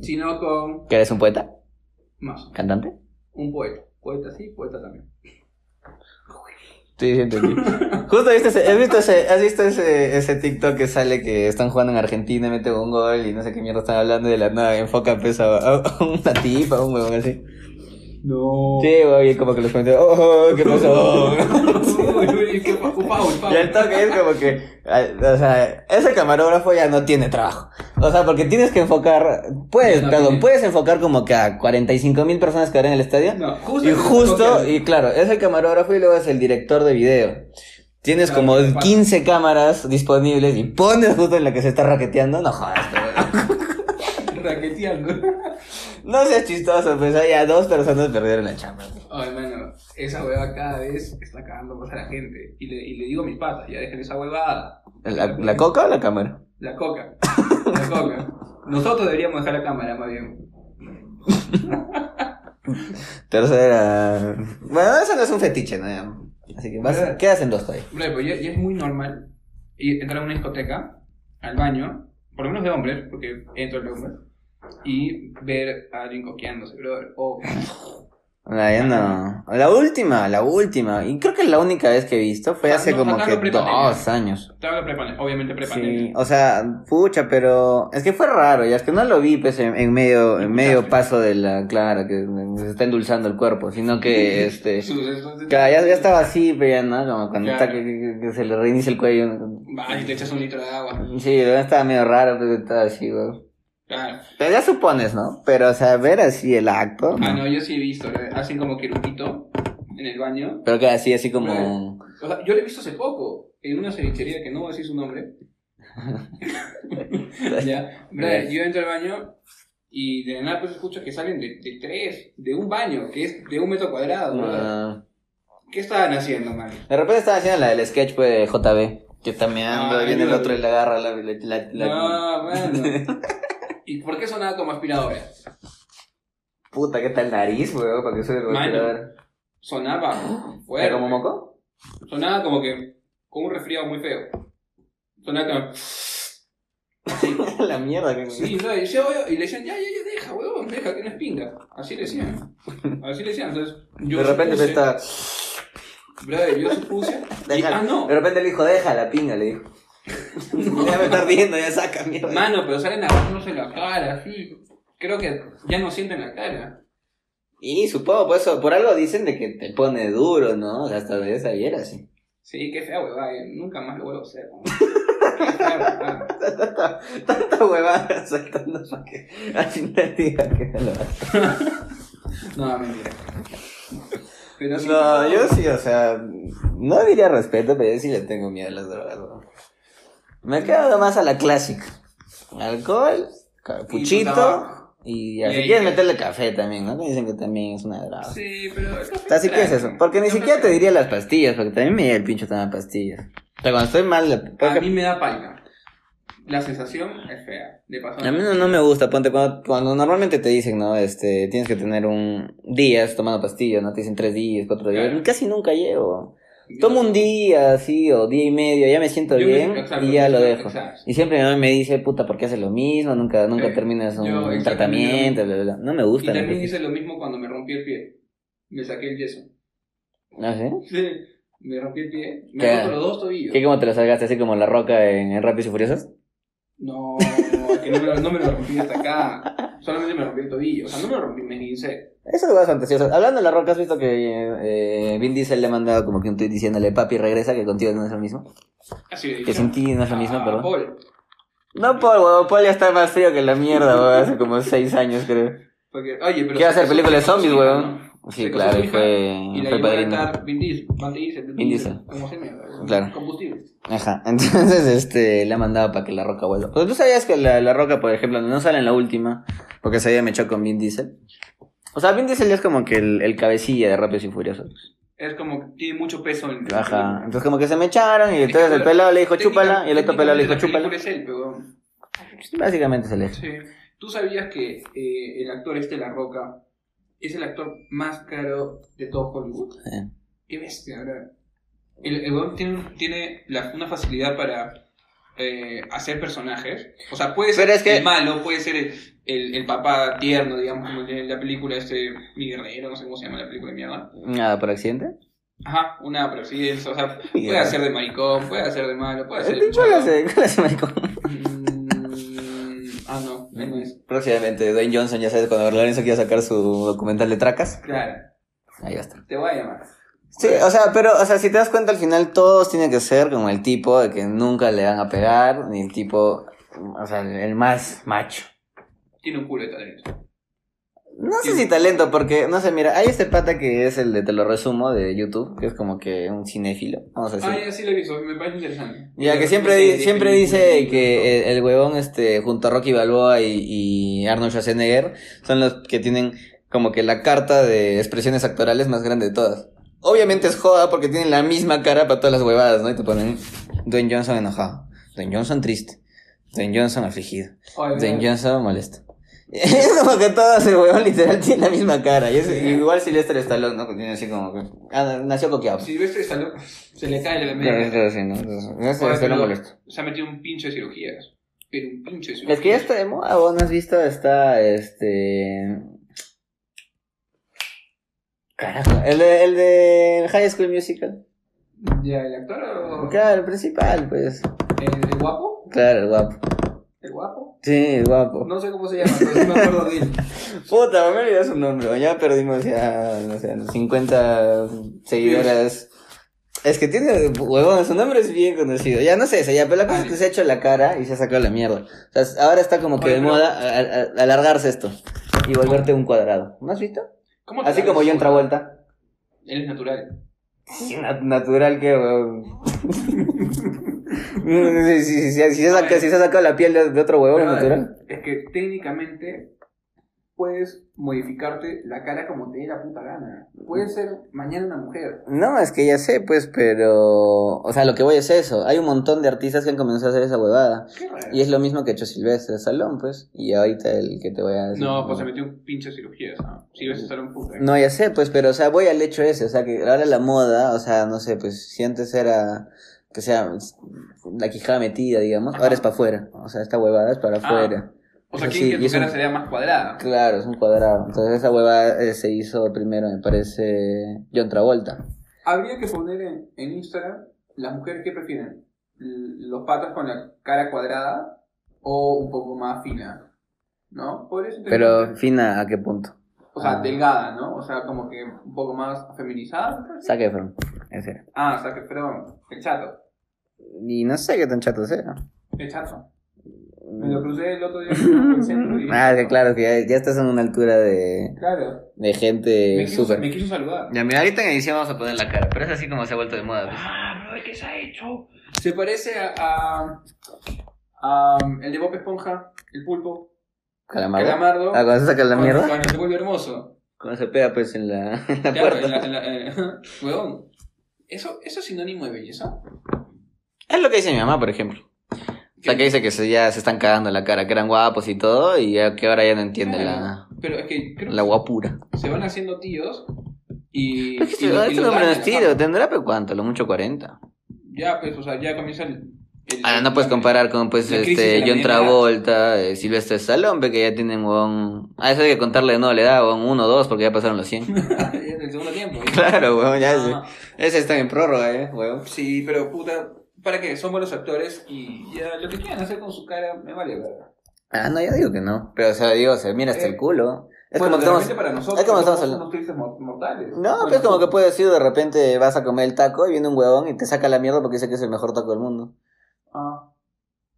sino con
¿Que eres un poeta?
más.
¿Cantante?
un poeta. Poeta sí, poeta también.
Sí, sí, entendí. Justo viste ese, ¿has visto, ese, has visto ese, ese TikTok que sale que están jugando en Argentina, mete un gol y no sé qué mierda están hablando y de la nada, enfoca pues, a, a una tipa, a un huevón así.
No.
Sí, huevón, y como que los comentarios, oh, ¿qué pasó?
Uy, uy, qué pa- Paul, Paul.
Y el toque es como que, a- o sea, ese camarógrafo ya no tiene trabajo. O sea, porque tienes que enfocar, puedes,
No,
perdón,
tiene-
puedes enfocar como que a 45 mil personas que verán el estadio.
No,
Y justo,
toque.
y claro, es el camarógrafo y luego es el director de video. Tienes
Claro,
como
de paso.
15 cámaras disponibles y pones justo en la que se está raqueteando, no jodas. pero-
Raqueteando.
No seas chistoso, pues ahí a dos personas perdieron la chamba.
Ay, mano, esa hueva cada vez está cagando más a la gente. Y le, y le digo a mis patas, ya dejen esa huevada.
¿La, la coca o la cámara?
La coca. La coca. Nosotros deberíamos dejar la cámara, más bien.
Tercera... Bueno, eso no es un fetiche, ¿no? Así que vas, quedas en dos todavía.
Bro, pues ya, ya es muy normal ir- entrar a una discoteca, al baño, por lo menos de hombres, porque entro de hombres, y ver a alguien coqueándose, brother. O
No, yo no. La última, la última. Y creo que la única vez que he visto fue
Ah,
hace
no,
como
acá
que
no prepandemia.
dos años.
te hablo prepandemia, obviamente prepandemia.
Sí, o sea, pucha, pero es que fue raro, ya es que no lo vi pues en, en medio en medio paso de la clara que se está endulzando el cuerpo, sino que este
Sus- sus-
claro, ya, ya estaba así, pero ya no, como cuando
Claro.
está que, que- que se le reinicia el cuello. ¿no?
Vas y te echas un litro de agua.
Sí, pero estaba medio raro, pero estaba así, weón.
Claro.
Pero ya supones, ¿no? Pero o sea, ver así el acto.
Ah,
¿no?
no, yo sí he visto, brother, hacen como querupito en el baño.
Pero que así, así como
O sea, yo lo he visto hace poco, en una cevichería que no voy a decir su nombre. ya, brother, yo entro al baño y de la nada pues escucho que salen de, de tres, de un baño, que es de un metro cuadrado. brother.
ah,
¿Qué estaban haciendo, man?
de repente estaba haciendo la del sketch pues, de JB, que está meando,
Ah,
viene el
yo-
otro y le agarra la, la, la- la-
No, mano. ¿Y por qué sonaba como aspiradora?
Puta, ¿qué tal nariz, weón? Para que suene el
Mano.
respirador.
Sonaba
¿Era
fuerte.
como moco?
Sonaba como que con un resfriado muy feo. Sonaba como... Así.
la mierda que
Sí, no, y, yo, y le decían, ya, ya, ya, deja, huevón, deja, que no es pinga. Así le decían. Así le decían, entonces. Yo
De repente
supuse,
pues, está.
Brother, yo supuse. y-
"Déjala".
ah, no.
De repente le dijo, deja la pinga, le dijo. ya me está riendo, ya saca mierda.
Mano, pero salen agarrándose la cara, así. Creo que ya no sienten la cara.
Y supongo, por eso, por algo dicen de que te pone duro, ¿no? O sea, Hasta de esa y era así.
Sí, qué fea, huevada, eh, nunca más lo vuelvo a hacer. ¿no? Qué fea, huevada.
Tanta, tanta huevada saltando para que al final diga que no lo hace.
No, mentira. Pero sí,
No, yo sí, o sea, no diría respeto, pero yo sí le tengo miedo a las drogas. weón. Me quedo más a la clásica. Alcohol, capuchito
tabaco.
y, así
Y ahí-
quieres meterle café también, ¿no? Que dicen que también es una droga.
Sí, pero.
O sea, sí que es eso. Porque ni
Yo
siquiera te
creo que-
diría las pastillas, porque también me llega el pincho tomar pastillas. O sea, cuando estoy mal, le-
A mí me da paila. La sensación es fea. De pasar.
a mí no, no me gusta, ponte cuando, cuando normalmente te dicen, ¿no? Este, tienes que tener un días tomando pastillas, ¿no? Te dicen tres días, cuatro días.
Claro.
Casi nunca llevo. Tomo un día así o día y medio, ya me siento
Yo me-
bien
exacto,
y ya
yo-
lo dejo.
exacto.
Y siempre mi mamá me dice, puta, ¿por qué haces lo mismo? Nunca, nunca
Sí.
terminas un
Yo, exactamente,
tratamiento,
yo-
bla, bla, bla. No me
Y
gusta.
también hice lo mismo cuando me rompí el pie. Me saqué el yeso.
¿Ah, sí?
Sí, me rompí el pie. Me
¿Qué?
rompí los dos tobillos.
¿Qué, cómo te lo salgaste así como la roca en, en Rápidos y Furiosos?
No, que no me, lo, no me lo rompí hasta acá. Solamente me rompí el tobillo. O sea, no me lo rompí, me esguincé.
Eso es bastante fantasioso. Hablando de la roca, ¿has visto que eh, eh, Vin Diesel le ha mandado como que un tweet diciéndole, papi, regresa, que contigo no es lo mismo?
Así le dije.
Que sin ti no es lo mismo,
Ah,
perdón.
Paul,
No, Paul, huevón, Paul ya está más frío que la mierda, huevón, hace como seis años, creo.
porque- oye, pero
¿Qué va a hacer?
se casó-
¿Película de
se casó
zombies,
su hija,
weón?
¿no?
Sí,
Se casó
claro,
su
y
hija
fue,
Y la
fue
llevó a
padrino.
cantar Vin Diesel, Van Diesel, Vin
Vin
Diesel,
Diesel.
como se llama,
Claro.
Combustible.
Ajá, entonces este, le ha mandado para que la roca vuelva. Pero tú sabías que la, la roca, por ejemplo, no sale en la última, porque se había mechado con Vin Diesel. O sea, Vin Diesel ya es como que el, el cabecilla de Rápidos y Furiosos.
Es como que tiene mucho peso en
Ajá, entonces como que se me echaron y entonces el
Técnica-
pelado le dijo
técnica-
chúpala y el otro pelado le dijo
técnicamente la
chúpala.
película es él, pero, weón.
Básicamente se le echa.
Sí. ¿Tú sabías que eh, el actor este La Roca es el actor más caro de todo Hollywood?
Sí.
Qué bestia, bro. El, el weón tiene, tiene la- una facilidad para eh, hacer personajes. O sea, puede ser
Pero es que-
el malo, puede ser el, el, el papá tierno, digamos, como en la película este Mi Guerrero, no sé cómo se llama la película de mierda.
Nada, por accidente.
Ajá, una presidencia, o sea,
Mi
puede
Guerrero.
hacer de maricón, puede hacer de malo, puede hacer
Este, ¿Cuál hace? ¿Cuál hace, maricón?
Mm, Ah, no, ahí no es.
Próximamente, Dwayne Johnson, ya sabes, cuando Lorenzo quiera sacar su documental de tracas,
Claro,
ahí va a estar.
te voy a llamar.
Sí, o sea, pero, o sea, si te das cuenta, al final todos tienen que ser como el tipo de que nunca le van a pegar, ni el tipo, o sea, el- el más macho.
Tiene un culo de talento.
No sé si talento, porque, no sé, mira, hay este pata que es el de Te lo resumo de YouTube, que es como que un cinéfilo, vamos a decir.
Ah, ya sí lo he visto, me parece interesante.
Ya, que
Pero
siempre,
no sé,
di- siempre
películas,
dice
libros,
que el, el huevón este, junto a Rocky Balboa y, y Arnold Schwarzenegger son los que tienen como que la carta de expresiones actorales más grande de todas. Obviamente es joda porque tienen la misma cara para todas las huevadas, ¿no? Y te ponen Dwayne Johnson enojado, Dwayne Johnson triste, Dwayne Johnson afligido,
todo. Ay,
Dwayne
mira.
Johnson molesto. Es como que todos el huevón literal tiene la misma cara. Y es, igual Sylvester Stallone, ¿no? Que tiene así como que... Ah, nació coqueado.
Silvestre Stallone se le cae la
Claro,
media.
es así, ¿no? Entonces, no sé,
Oye,
Stallone
pero-
molesto.
Se ha metido un pinche de cirugías. Pero un pinche de cirugías.
Es que ya está de moda, vos no has visto esta, este... Carajo, el de, el de High School Musical.
Ya, el actor o.
Claro, el principal, pues.
¿El, el guapo?
Claro, el guapo.
¿El guapo?
Sí, el guapo.
No sé cómo se llama, pero sí me acuerdo de él.
Puta, me olvidé su nombre, ya perdimos ya, no sé, 50 seguidoras. Es que tiene, huevón, su nombre es bien conocido. Ya no sé, eso, ya, pero la cosa es que se ha hecho la cara y se ha sacado la mierda. O sea, ahora está como que
Oye,
de
pero-
moda a- a- a- alargarse esto y volverte un cuadrado. ¿No has visto?
¿Cómo te
Así
llamas?
como yo en Travolta.
Él es natural.
Na- natural que, weón. si, si, si, si, se saca- si se ha sacado la piel de, de otro huevón, es
Pero,
natural.
Es que técnicamente puedes modificarte la cara como te dé la puta gana. Puedes ser mañana una mujer.
No, es que ya sé, pues, pero. O sea, lo que voy es eso. Hay un montón de artistas que han comenzado a hacer esa huevada.
Qué raro.
Y es lo mismo que ha hecho Silvestre Salón, pues. Y ahorita el que te voy a decir.
No, pues se metió un pinche de cirugías. ¿no? Si ves estar un puto.
No, ya sé, pues, pero, o sea, voy al hecho ese, o sea, que ahora la moda, o sea, no sé, pues, si antes era, que sea, la quijada metida, digamos,
Ajá.
ahora es para afuera, o sea, esta huevada es para afuera.
O sea,
Sí,
¿quién que
y
tu
es un-
cara sería más cuadrada?
Claro, es un cuadrado. Entonces esa huevada eh, se hizo primero, me parece, John Travolta.
Habría que poner en, en Instagram las mujeres que prefieren. L- Los patas con la cara cuadrada o un poco más fina. ¿No? Podría ser
Pero,
interesante.
fina, ¿a qué punto?
O sea,
ah.
delgada, ¿no? O sea, como que un poco más feminizada. ¿no?
Zac Efron, en serio.
Ah, o sea, que, perdón, el chato.
Y no sé qué tan chato sea.
El chato. Me lo crucé el otro día en el centro y...
Ah, que claro, que ya, ya estás en una altura de,
Claro.
de
Me
gente
quiso,
súper.
me quiso saludar.
Ya, mira, ahorita en edición vamos a poner la cara, pero es así como se ha vuelto de moda. pues.
Ah, bro, ¿qué se ha hecho? Se parece a... a, a- um, el de Bob Esponja, el pulpo.
Calamardo.
Calamardo.
Ah, cuando se saca la
Cuando-
mierda.
Cuando se vuelve hermoso.
Cuando se pega pues en la, en la
Claro,
puerta.
en la, en la- eh, weón, ¿eso, ¿eso es sinónimo de belleza?
Es lo que dice mi mamá, por ejemplo. O sea, que dice que se, ya se están cagando en la cara, que eran guapos y todo, y ya que ahora ya no entiende la,
Pero es que creo
la guapura.
que se van haciendo tíos y...
Es que
y lo- y
este
lo
hombre no
dañan,
es tío, tendrá pues cuánto, lo mucho 40.
Ya, pues, o sea, ya comienza el... el-
Ahora Ah, no puedes comparar con pues
La crisis de
este
la
John
mediana edad.
Travolta, eh, Silvestre Stallone, ve que ya tienen un... Ah, eso hay que contarle de nuevo la edad, un 1 o 2, porque ya pasaron los 100.
en el segundo tiempo. ¿eh?
claro, weón, ya
Ah,
ese, ese está en prórroga, eh, weón.
sí, pero puta, ¿para qué? Son buenos actores y ya lo que quieran hacer con su cara me vale, ¿verdad?
Ah, no, yo digo que no. Pero, o sea, digo, se mira hasta
Eh,
el culo. Es
Bueno,
como
de
que estamos...
repente para nosotros
es como estamos
somos
hablando.
unos tristes mor- mortales.
No,
Bueno,
pero es como
sí.
que puede decir, de repente vas a comer el taco y viene un huevón y te saca la mierda porque dice que es el mejor taco del mundo.
Ah,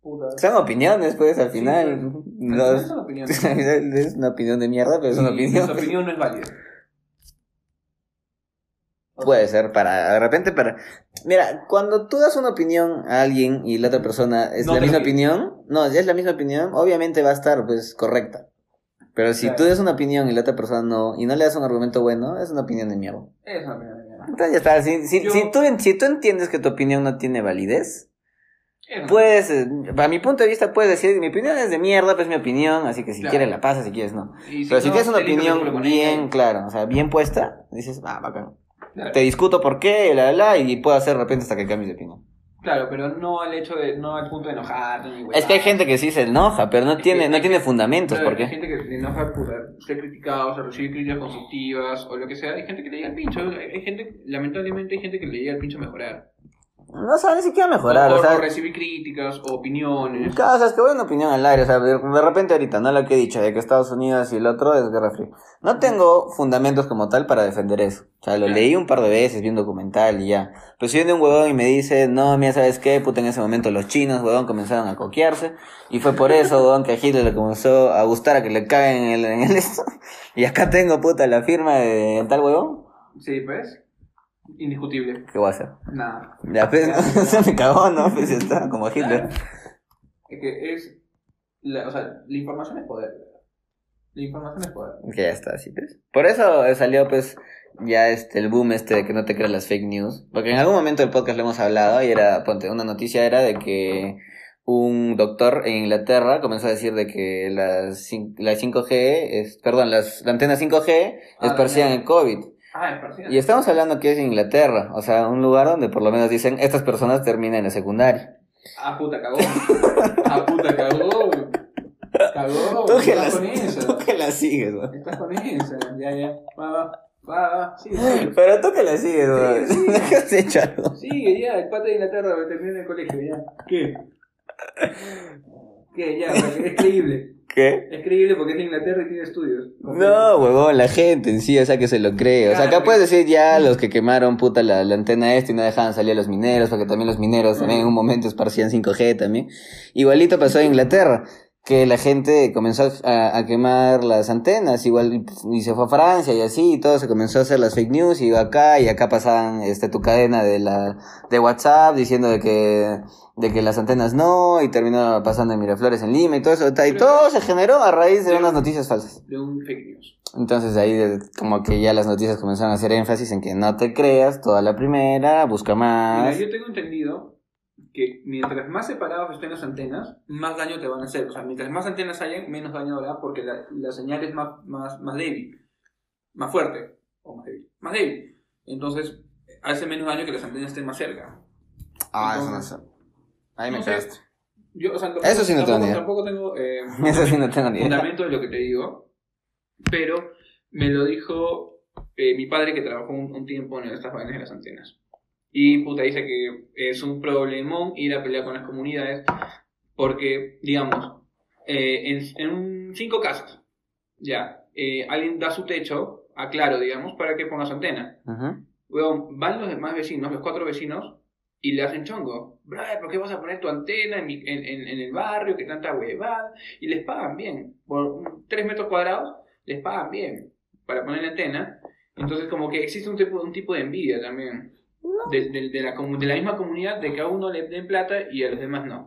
puta.
Son opiniones, pues, al
Sí,
final.
Pero
Los-
son opiniones.
es una opinión de mierda, pero es una
Y
opinión.
Nuestra opinión no Mm, es válida.
Puede ser para, de repente para... Mira, cuando tú das una opinión a alguien y la otra persona es
No
la
te
misma
lo
opinión, no, si es la misma opinión, obviamente va a estar, pues, correcta. Pero si
Claro.
tú das una opinión y la otra persona no, y no le das un argumento bueno, es una opinión de mierda.
Es una opinión de mierda.
Entonces ya está, si, si,
Yo-
si tú, en- si tú entiendes que tu opinión no tiene validez,
Es una-
puedes, eh, para mi punto de vista, puedes decir, mi opinión es de mierda, pues es mi opinión, así que si
Claro.
quieres la pasas, si quieres no.
Y
Pero si
no,
tienes una
te limpio el culo
opinión
con
bien
ella.
clara, o sea, bien puesta, dices, ah, bacán.
Claro.
Te discuto por qué, bla, bla, bla, y puedo hacer de repente hasta que cambies de opinión.
Claro, pero no al hecho de, no al punto de enojarte ni
Es que hay gente que sí se enoja, pero no
Pues, ah. que
tiene,
hay
no tiene fundamentos,
Claro,
¿por
Hay
qué?
gente que se enoja por ser criticado, o sea, recibir críticas constructivas o lo que sea. Hay gente que le llega al pincho. Hay hay gente, lamentablemente, hay gente que le llega al pincho a mejorar.
No sabe ni siquiera mejorar, o
o, por-
sea,
por recibir críticas o opiniones.
Claro, o sea, es que voy una opinión al aire, o sea, de de repente ahorita, no lo que he dicho, de que Estados Unidos y el otro es Guerra Fría. No tengo fundamentos como tal para defender eso. O sea, lo
Ya.
leí un par de veces, vi un documental y ya. Pero si viene un huevón y me dice, no, mira, ¿sabes qué? Puta, en ese momento los chinos, huevón, comenzaron a coquearse. Y fue por eso, huevón, que a Hitler le comenzó a gustar a que le caguen en el, en el esto. Y acá tengo, puta, la firma de tal huevón.
Sí, pues. Indiscutible.
¿Qué voy a hacer?
Nada.
Ya, pues, se me cagó, ¿no? Pues ya está, como Hitler.
Es que es. La, o sea, la información es poder. La información es poder.
Que ya está, así pues. Por eso eh, salió pues ya este el boom este de que no te creas las fake news. Porque en algún momento del podcast lo hemos hablado y era, ponte, una noticia era de que un doctor en Inglaterra comenzó a decir de que las, cin- las 5G, es, perdón, las antenas 5G
Ah,
esparcían
también.
el COVID.
Ah, es parcial.
Y estamos hablando que es Inglaterra, o sea, un lugar donde por lo menos dicen estas personas terminan en la secundaria.
Ah, puta, cagó. ah, puta, cagó. Cagó.
Tú que las,
Estás Oh, con
tú
esa.
que las sigues, weón.
Estás con esa. Ya, ya. Va, va. Va, va. Sí, sí.
Pero tú que las sigues, weón.
sí.
¿Qué has hecho algo?
Sigue ya, el pata de Inglaterra lo terminó en el colegio ya. ¿Qué? ¿Qué? Ya, es creíble.
¿Qué?
Es creíble porque es de Inglaterra y tiene estudios.
No, huevón, la gente en sí, o sea, que se lo cree. O sea, acá
Claro.
puedes decir ya los que quemaron puta la, la antena esta y no dejaban salir a los mineros, porque también los mineros también en un momento esparcían 5G también. Igualito pasó en Inglaterra, que la gente comenzó a, a quemar las antenas, igual y, y se fue a Francia y así, y todo se comenzó a hacer las fake news y acá y acá pasaban este tu cadena de la de WhatsApp diciendo de que de que las antenas no y terminó pasando en Miraflores en Lima y todo eso, y todo se generó a raíz de unas noticias falsas.
De un fake news.
Entonces ahí de- como que ya las noticias comenzaron a hacer énfasis en que no te creas toda la primera, busca
Mira,
más.
yo tengo entendido que mientras más separados estén las antenas, más daño te van a hacer. O sea, mientras más antenas hayan, menos daño habrá porque la, la señal es más, más, más débil. Más fuerte. O más débil. Más débil. Entonces, hace menos daño que las antenas estén más cerca.
Ah, eso no sé. Ahí me
No sé.
cagaste.
Yo, o sea, tampoco,
Eso sí no tengo
tampoco,
ni idea.
tampoco tengo... eh,
Eso sí no tengo ni idea.
fundamento de lo que te digo, pero me lo dijo eh, mi padre que trabajó un, un tiempo en estas vainas de las antenas. Y puta, dice que es un problemón ir a pelear con las comunidades porque, digamos, eh, en, en un- cinco casas, ya, eh, alguien da su techo, aclaro, digamos, para que ponga su antena.
Ujú.
Weón, van los demás vecinos, los cuatro vecinos, y le hacen chongo. Brother, ¿por qué vas a poner tu antena en, mi- en, en- en el barrio? Que tanta huevada. Y les pagan bien. Por un- tres metros cuadrados, les pagan bien para poner la antena. Entonces, como que existe un tipo, un tipo de envidia también. De, de- de la, comu- de la misma comunidad, de que a uno le den plata y a los demás no.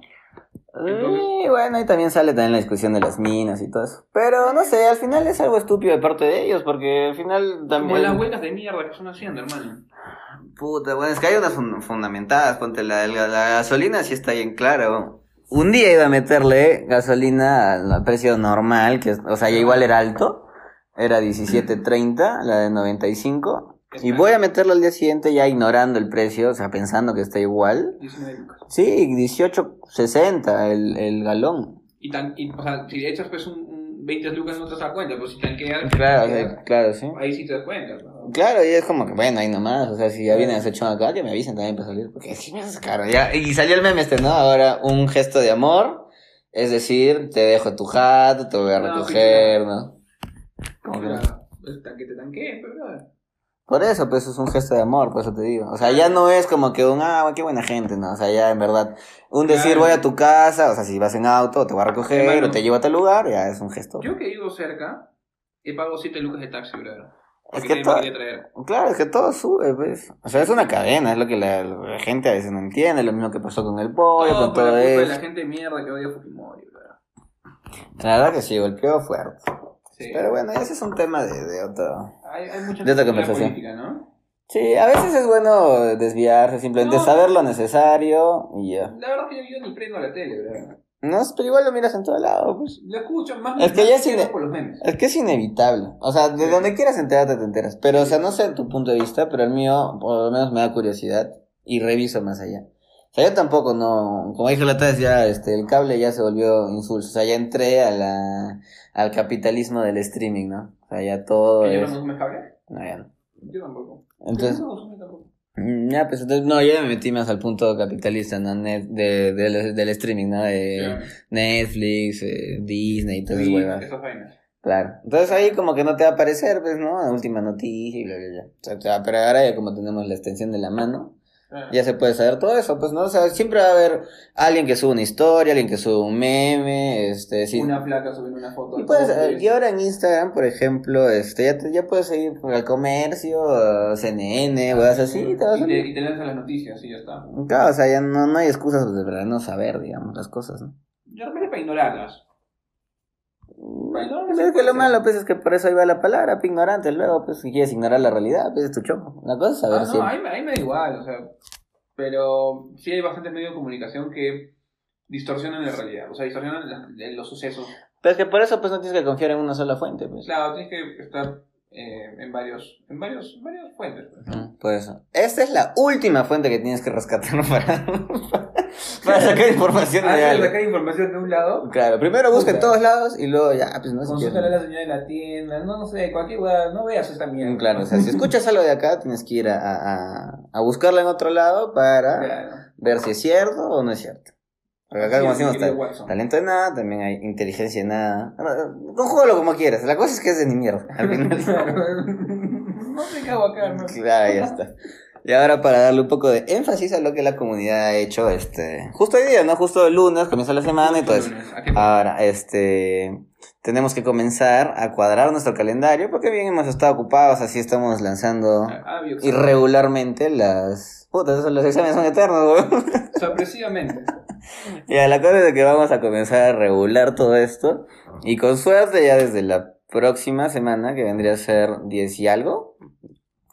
Entonces-
Y bueno, ahí también sale también la discusión de las minas y todo eso. Pero no sé, al final es algo estúpido de parte de ellos, porque al final
Como
también...
las huelgas de mierda que están haciendo, hermano.
Puta, bueno, es que hay unas fun- fundamentadas, ponte la, la, la gasolina sí está bien clara. weón. Un día iba a meterle gasolina al al precio normal, que es- o sea, ya igual era alto, era 17.30, la de 95, y voy a meterlo al día siguiente ya ignorando el precio, o sea, pensando que está igual.
19 lucas.
Sí, 18.60 el, el galón.
Y, tan, y, o sea, si le echas pues un, un 20 lucas no te das cuenta, pues si tanqueas,
Claro, o
tanqueas,
sea, claro, sí.
ahí sí te das cuenta. ¿no?
Claro, y es como que, bueno, ahí nomás, o sea, si ya vienen acechón acá, que me avisen también para salir, porque si me haces caro, ya, y salió el meme este, ¿no? Ahora, un gesto de amor, es decir, te dejo tu jato, te voy a
No,
recoger, ¿no? Como que-
Claro, pues, tan- que te tanqueen, pero nada.
Por eso, pues, es un gesto de amor, por eso te digo, o sea, ya no es como que un, ah, qué buena gente, ¿no? O sea, ya, en verdad, un decir,
Claro.
voy a tu casa, o sea, si vas en auto, te voy a recoger,
Hermano.
o te llevo a tal lugar, ya, es un gesto.
Yo que vivo cerca, he pagado 7 lucas de taxi, brother.
es
Porque
que
nadie me
todo,
quería traer.
Claro, es que todo sube, pues. O sea, es una cadena, es lo que la, la gente a veces no entiende, lo mismo que pasó con el pollo,
Todo
con
por la
todo
culpa de
eso.
la gente de mierda que odia a Fujimori, brother.
La verdad que sí, golpeó fuerte.
Sí.
Pero bueno, ese es un tema de, de otro.
hay, hay mucha
de otra
cultura
conversación.
política, ¿no?
Sí, a veces es bueno desviarse, simplemente
No.
saber lo necesario y ya.
La verdad es que yo, yo ni prendo la tele, brother.
No, pero igual lo miras en todo lado, pues.
Lo escucho más
Es que ya
más
sí
que
le-
por los memes.
Es que es inevitable. O sea, de
Sí.
donde quieras enterarte, te enteras. Pero, o sea, no sé tu punto de vista, pero el mío, por lo menos, me da curiosidad y reviso más allá. sea, yo tampoco, no. Como dije la otra vez, ya este, el cable ya se volvió insulso. O sea, ya entré a la, al capitalismo del streaming, ¿no? O sea, ya todo
¿Que yo
es.
no consume cable?
No, ya no.
Yo tampoco.
Entonces,
Yo no consumo tampoco.
mm, ya, pues entonces, no, yo me metí más al punto capitalista, ¿no? Net- de, de los- del streaming, ¿no? De Netflix, eh, Disney y todas esas
Sí,
huevas.
esas vainas.
Claro. Entonces ahí como que no te va a aparecer, pues, ¿no? La última noticia y bla, bla, bla. O sea, te va- pero ahora ya como tenemos la extensión de la mano,
Claro.
ya se puede saber todo eso, pues, ¿no? O sea, siempre va a haber alguien que sube una historia, alguien que sube un meme, este, sí.
Una placa subiendo una foto.
Y,
de
puedes,
todos
eh,
ellos.
y ahora en Instagram, por ejemplo, este, ya, te- ya puedes ir al comercio, a CNN, huevas así, y te vas a...
y, te, y te lanzan las noticias y ya está.
Claro, o sea, ya no, no hay excusas pues, de verdad no saber, digamos, las cosas, ¿no?
Yo realmente para ignorarlas.
Bueno, es que lo malo pues, es que por eso ahí va la palabra, pe, ignorantes. Luego, pues si quieres ignorar la realidad, pues es tu choco. La cosa es
Ah,
saber
no,
si.
ahí, me- ahí me da igual, o sea. Pero sí hay bastantes medios de comunicación que distorsionan la realidad, o sea, distorsionan las- los sucesos.
Pero es que por eso pues no tienes que confiar en una sola fuente, pues.
Claro, tienes que estar eh, en varios, en varios, en varias fuentes. pues.
Ujú, Por eso. Esta es la última fuente que tienes que rescatar para, para sacar información
Antes de
real.
sacar información de un lado,
Claro, primero busca en
Puta.
todos lados y luego ya, pues no se
consúltale
pierde.
a la señora de la tienda, no, no sé, cualquier hueá, no veas esta mierda.
Mm, Claro, o sea, si escuchas algo de acá, tienes que ir a, a, a- a buscarla en otro lado para
Claro.
ver si es cierto o no es cierto. Porque acá,
Sí,
como
sí,
decimos,
querido
tal-
Watson.
Talento de nada, también hay inteligencia de nada. Bueno, Conjúgalo como quieras, la cosa es que es de ni mierda. Al final.
no sé qué hago acá, hermano.
claro, ya está. Y ahora para darle un poco de énfasis a lo que la comunidad ha hecho, este, justo hoy día, ¿no? Justo el lunes, comienza la semana y todo eso.
Lunes, ¿a qué-
Ahora, este, tenemos que comenzar a cuadrar nuestro calendario porque bien hemos estado ocupados, así estamos lanzando
Ah, bio-
irregularmente las... Puta, esos- los exámenes son eternos, weón.
Sorpresivamente.
Ya, la cosa es de que vamos a comenzar a regular todo esto. Y con suerte, ya desde la próxima semana, que vendría a ser 10 y algo,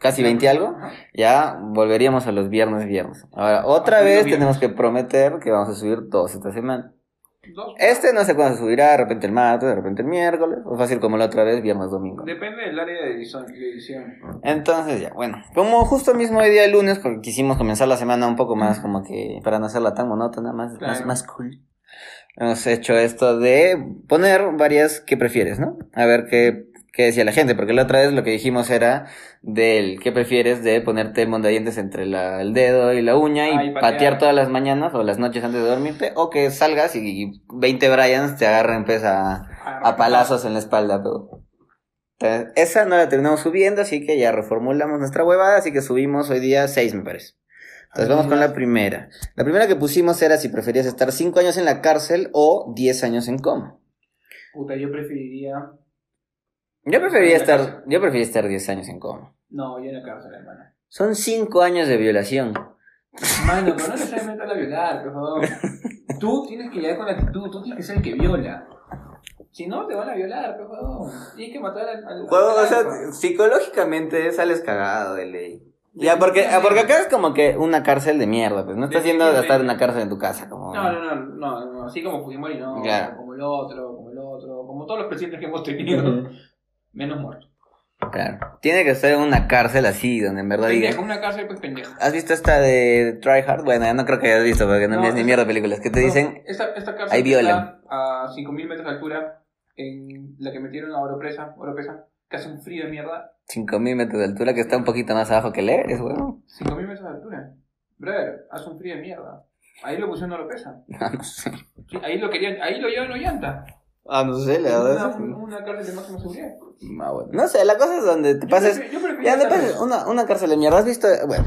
casi 20 y algo, ya volveríamos a los viernes, viernes. Ahora, otra vez
Hasta Ah, los viernes.
tenemos que prometer que vamos a subir todos esta semana.
Dos.
Este no sé cuándo se subirá, de repente el martes, de repente el miércoles, o fácil como la otra vez, viernes, domingo.
Depende del área de edición. de edición.
Entonces ya, bueno, como justo mismo hoy día lunes, porque quisimos comenzar la semana un poco más como que para no hacerla tan monótona, más,
Claro.
más, más cool. Hemos hecho esto de poner varias que prefieres, ¿no? A ver qué, qué decía la gente, porque la otra vez lo que dijimos era del qué prefieres de ponerte mondadientes entre la- el dedo y la uña y,
Ah, y
patear.
patear.
todas las mañanas o las noches antes de dormirte, o que salgas y 20 Bryans te agarren pues a, a palazos en la espalda, pero. Entonces, esa no la terminamos subiendo, así que ya reformulamos nuestra huevada, así que subimos hoy día seis, me parece. Entonces vamos con la primera. La primera que pusimos era si preferías estar cinco años en la cárcel o 10 años en coma.
Puta, yo preferiría.
Yo preferiría
En la
estar,
cárcel.
yo preferiría estar 10 años en coma.
No, yo en la cárcel, hermana.
Son cinco años de violación.
Mano, pero no necesariamente la violar, por favor. Tú tienes que llegar con la actitud, tú tienes que ser el que viola. Si no, te van a violar, por favor. Tienes que matar al. al- al alfa.
psicológicamente sales cagado de ley. Ya, porque,
ah,
porque
porque
acá
acá
es como que una cárcel de mierda, pues no estás
estás
yendo
yendo
a
a
estar
estar
en
en
una cárcel en tu casa, como...
No, no, no, no, no, así como Fujimori no,
Claro.
como el otro, como el otro, como todos los presidentes que hemos tenido, menos muertos.
Claro. Tiene que ser una cárcel así, donde en verdad digas.
Pendejo, una cárcel pues pendeja.
¿Has visto esta de Try Hard? Bueno, ya no creo que hayas visto, porque no,
No,
ves ni
esa-
mierda películas. ¿Qué te
No,
dicen?
Esta, esta cárcel
Ahí
que
violan.
está a 5.000 metros de altura, en la que metieron a Oropesa, Oropesa, que hace un frío de mierda.
5.000 metros de altura, que está un poquito más abajo que el Everest, weón.
5.000 metros de altura. Brother, hace un frío de mierda. Ahí lo pusieron a Oropesa.
No, Ah, no sé.
Sí, ahí lo querían, ahí lo llevan a Ollanta.
Ah, no sé,
Una, una cárcel de máxima seguridad. Yo
Ah, No sé, la cosa es donde te pases.
prefiero- yo prefiero
Ya,
esa
te pases
cárcel.
una, una cárcel de mierda. ¿Has visto? Bueno,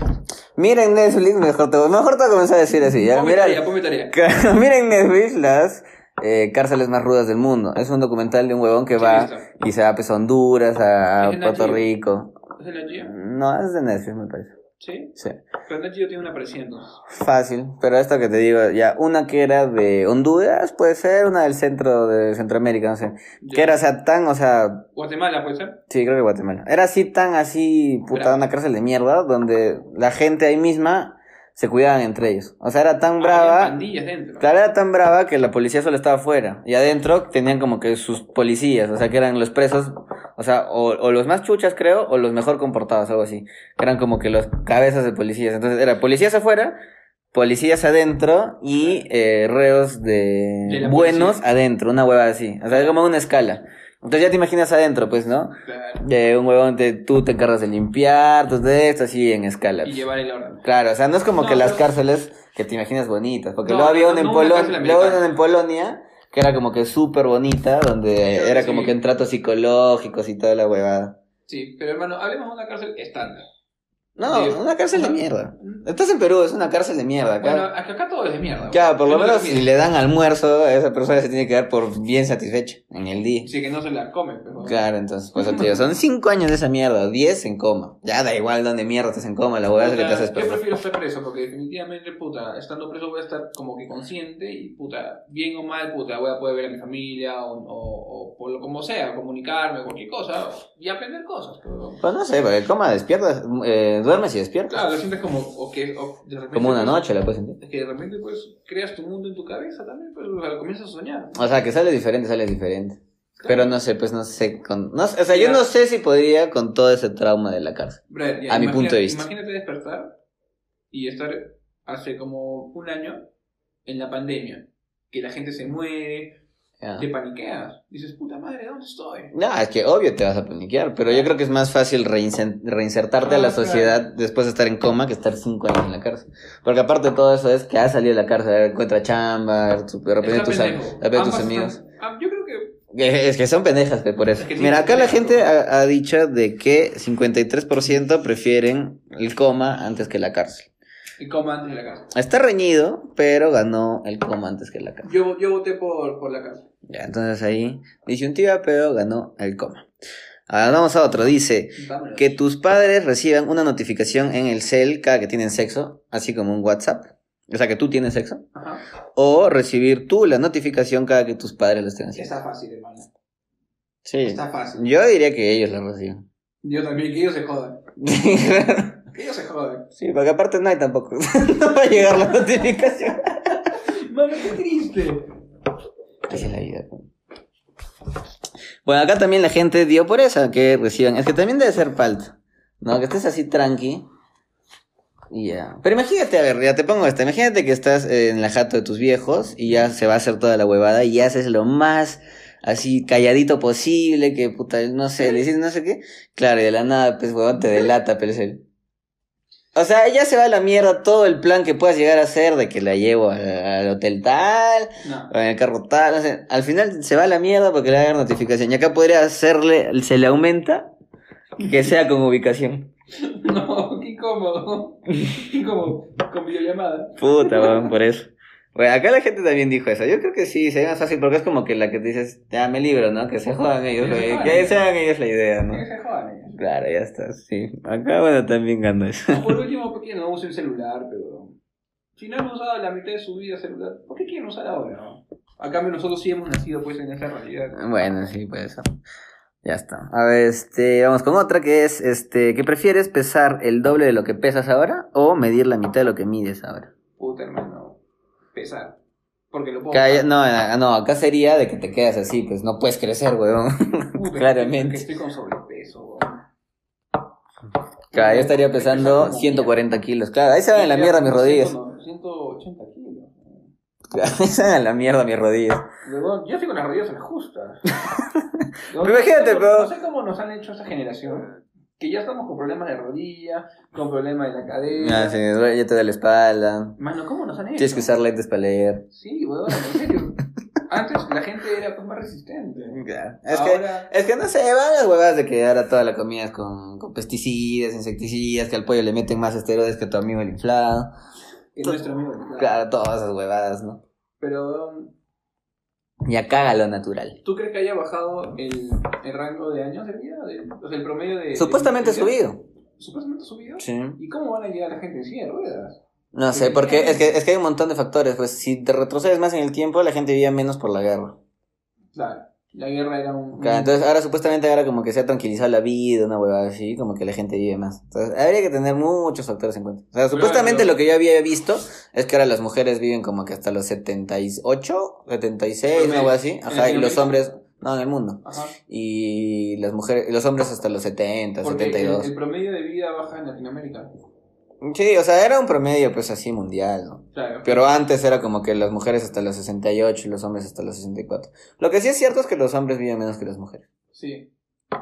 miren Netflix, mejor te, mejor te voy a comenzar a decir así, ya.
Pon mi
Mira,
tarea, pon mi tarea.
miren Netflix las eh, cárceles más rudas del mundo. Es un documental de un huevón que
Sí,
va
listo.
y se va pues, a Honduras, a, a
Es en
Puerto
HBO.
Rico.
¿Es el Gio?
No, es de Netflix, me parece.
Sí.
Sí.
Pero Nat Geo tiene una parecida entonces.
Fácil. Pero esto que te digo, ya, una que era de Honduras, puede ser, una del centro de Centroamérica, no sé. Que era, o sea, tan, o sea,
Guatemala puede ser.
sí, creo que Guatemala. Era así, tan así, puta,
Bravo.
una cárcel de mierda, donde la gente ahí misma se cuidaban entre ellos. O sea, era
Ah,
tan
Había
brava.
Pandillas dentro.
Claro, era tan brava que la policía solo estaba afuera. Y adentro tenían como que sus policías, o sea, que eran los presos, o sea, o, o los más chuchas, creo, o los mejor comportados, algo así. Eran como que los cabezas de policías. Entonces, era policías afuera, policías adentro y eh, reos
De
de
la
buenos
policía.
adentro, una hueva así. O sea, es como una escala. Entonces ya te imaginas adentro, pues, ¿no?
Claro.
De un huevón te, tú te encargas de limpiar, tú de esto, así en escala.
Y
pues.
llevar el orden.
Claro, o sea, no es como
No,
que las
pero-
cárceles que te imaginas bonitas, porque
No,
luego había
no,
una en
no, una
Polonia,
cárcel
luego
americana.
una en Polonia que era como que súper bonita, donde
Claro,
era
sí.
como que en tratos psicológicos y toda la huevada.
Sí, pero hermano, hablemos de una cárcel estándar.
No,
Sí.
una cárcel de
Ajá.
mierda. Estás en Perú, es una cárcel de mierda,
Bueno,
claro.
acá, acá todo es de mierda.
Claro, por lo
Menos
menos
la
si
comida.
le dan almuerzo, esa persona se tiene que dar por bien satisfecha en el día.
Sí, que no se la come, pero.
Claro, entonces, pues te digo, son 5 años de esa mierda, 10 en coma. Ya da igual donde mierda estés en coma, la huevada es lo que te haces
yo
perder.
prefiero estar preso porque definitivamente, puta, estando preso voy a estar como que consciente y, puta, bien o mal, puta, voy a poder ver a mi familia o, o, o por lo como sea, comunicarme, cualquier cosa y aprender cosas. Pero,
Pues no sé, porque el coma despiertas, eh, duermes y despiertas.
claro, lo sientes como, o que, o de repente.
Como una
pues,
noche la puedes sentir.
Es que de repente, pues, creas tu mundo en tu cabeza también, pues, o sea, comienzas a soñar.
O sea, que sale diferente, sale diferente. Pero no sé, pues no sé. Con, no, sé, o sea, yo
Ya.
no sé si podría con todo ese trauma de la cárcel.
Brother, ya,
A mi
imagina-
punto de vista.
Imagínate despertar y estar hace como un año en la pandemia, que la gente se muere,
Ya.
te paniqueas, dices, puta madre, ¿dónde estoy?
No, es que obvio te vas a paniquear, pero yo creo que es más fácil reinsen- reinsertarte a la
Ah, claro.
sociedad después de estar en coma que estar cinco años en la cárcel. Porque aparte de todo eso es que has salido de la cárcel, encuentra chamba, tu- de repente
Está
tus, am-
pendejo.
de repente tus
Ambas
amigos.
están- ah, yo creo que
Eh, Es que son pendejas, pe, por eso.
Es que sí,
Mira,
son
acá la
pendejas,
gente
¿no?
ha, ha dicho de que 53% prefieren el coma antes que la cárcel.
el coma antes de la cárcel.
Está reñido, pero ganó el coma antes que la cárcel.
Yo, yo voté por, por la cárcel.
Ya, entonces ahí disyuntiva, pero ganó el coma. Ahora vamos a otro. Dice
Vámonos.
que tus padres reciban una notificación en el cel cada que tienen sexo, así como un WhatsApp. O sea, que tú tienes sexo.
Ajá.
O recibir tú la notificación cada que tus padres lo estén haciendo.
Está fácil, hermano.
Sí.
Está fácil.
Yo diría que ellos la reciben.
Yo también, que ellos se jodan. Que ellos se jodan.
sí, porque aparte no hay tampoco. no va a llegar la notificación.
Mano, qué triste.
Así es la vida. Bueno, acá también la gente dio por esa que reciban. Es que también debe ser palta. No, que estés así tranqui. Y ya. Pero imagínate, a ver, ya te pongo esta. Imagínate que estás eh, en la jato de tus viejos y ya se va a hacer toda la huevada y haces lo más así calladito posible. Que puta, no sé, le dices no sé qué. Claro, y de la nada, pues huevón te delata, pero es él. O sea, ya se va a la mierda todo el plan que puedas llegar a hacer de que la llevo al- al hotel tal,
No.
en el carro tal, no sé. al final se va a la mierda porque le va a dar notificación. Y acá podría hacerle, se le aumenta que sea con ubicación.
No, qué incómodo. Qué incómodo. Con videollamada.
Puta, weón, por eso. Bueno, acá la gente también dijo eso. Yo creo que sí, sería más fácil porque es como que la que te dices, ya me libro, ¿no? Que se jodan ellos,
Que se
la-
jodan.
que se hagan ellos la idea, ¿no?
Que se jodan ellos.
Claro, ya está, sí. Acá, bueno, también ganó eso.
O Por último, ¿por qué no usen celular, pero Si no han usado la mitad de su vida celular, ¿por qué quieren usar ahora? no? A cambio, nosotros sí hemos nacido pues en esta realidad.
Bueno, sí, puede ser. Ya está. A ver, este, vamos con otra que es, este, ¿qué prefieres pesar el doble de lo que pesas ahora o medir la mitad de lo que mides ahora?
Puta, hermano. Pesar. Porque lo puedo.
Acá ya- no, a- no, acá sería de que te quedas así, pues no puedes crecer, weón.
Puta,
claramente.
Que estoy con sobrepeso. weón.
Claro, yo estaría
Pesar
pesando
como
140 kilos. Claro, ahí se van a la
Yo
mierda
ya
mis rodillas.
180 kilos. weón.
Claro, ahí se van a la mierda mis rodillas.
Weón, Yo estoy con las rodillas en las justas. Weón,
Imagínate,
no sé cómo-
pero-
No sé cómo nos han hecho esta generación. Que ya estamos con problemas de rodilla, con problemas de la cadera.
Ah, sí, duele- ya te da la espalda.
Mano, ¿cómo nos han hecho?
Tienes que usar lentes para leer.
Sí, weón, en serio. Antes la gente era pues, más resistente.
Claro. Es que
Ahora,
Es que no sé, van las huevadas de que ahora toda la comida es con, con pesticidas, insecticidas, que al pollo le meten más esteroides que a tu amigo el inflado.
es nuestro amigo. claro.
Claro, todas esas huevadas, ¿no?
Pero, weón,
Y acá a lo natural.
¿tú crees que haya bajado el, el rango de años de vida? De- o sea, el promedio de.
Supuestamente ha
de-
subido.
Supuestamente ha subido.
Sí.
¿Y cómo van a llegar la gente en silla de ruedas?
No sé, porque es que, es que hay un montón de factores. Pues si te retrocedes más en el tiempo, la gente vivía menos por la guerra.
Claro, la guerra era un.
Claro, entonces ahora supuestamente ahora como que se ha tranquilizado la vida, una huevada así, como que la gente vive más. Entonces habría que tener muchos factores en cuenta. O sea, supuestamente
Claro.
lo que yo había visto es que ahora las mujeres viven como que hasta los 78, 76, una
Promedio.
huevada así.
¿En
Ajá, y los
Latinoamérica?
hombres, no, en el mundo.
Ajá.
Y las mujeres, y los hombres hasta los 70,
Porque el,
72.
el promedio de vida baja en Latinoamérica.
Sí, o sea, era un promedio pues así mundial, ¿no?
Claro.
Pero antes era como que las mujeres hasta los 68 y los hombres hasta los 64. Lo que sí es cierto es que los hombres viven menos que las mujeres.
Sí.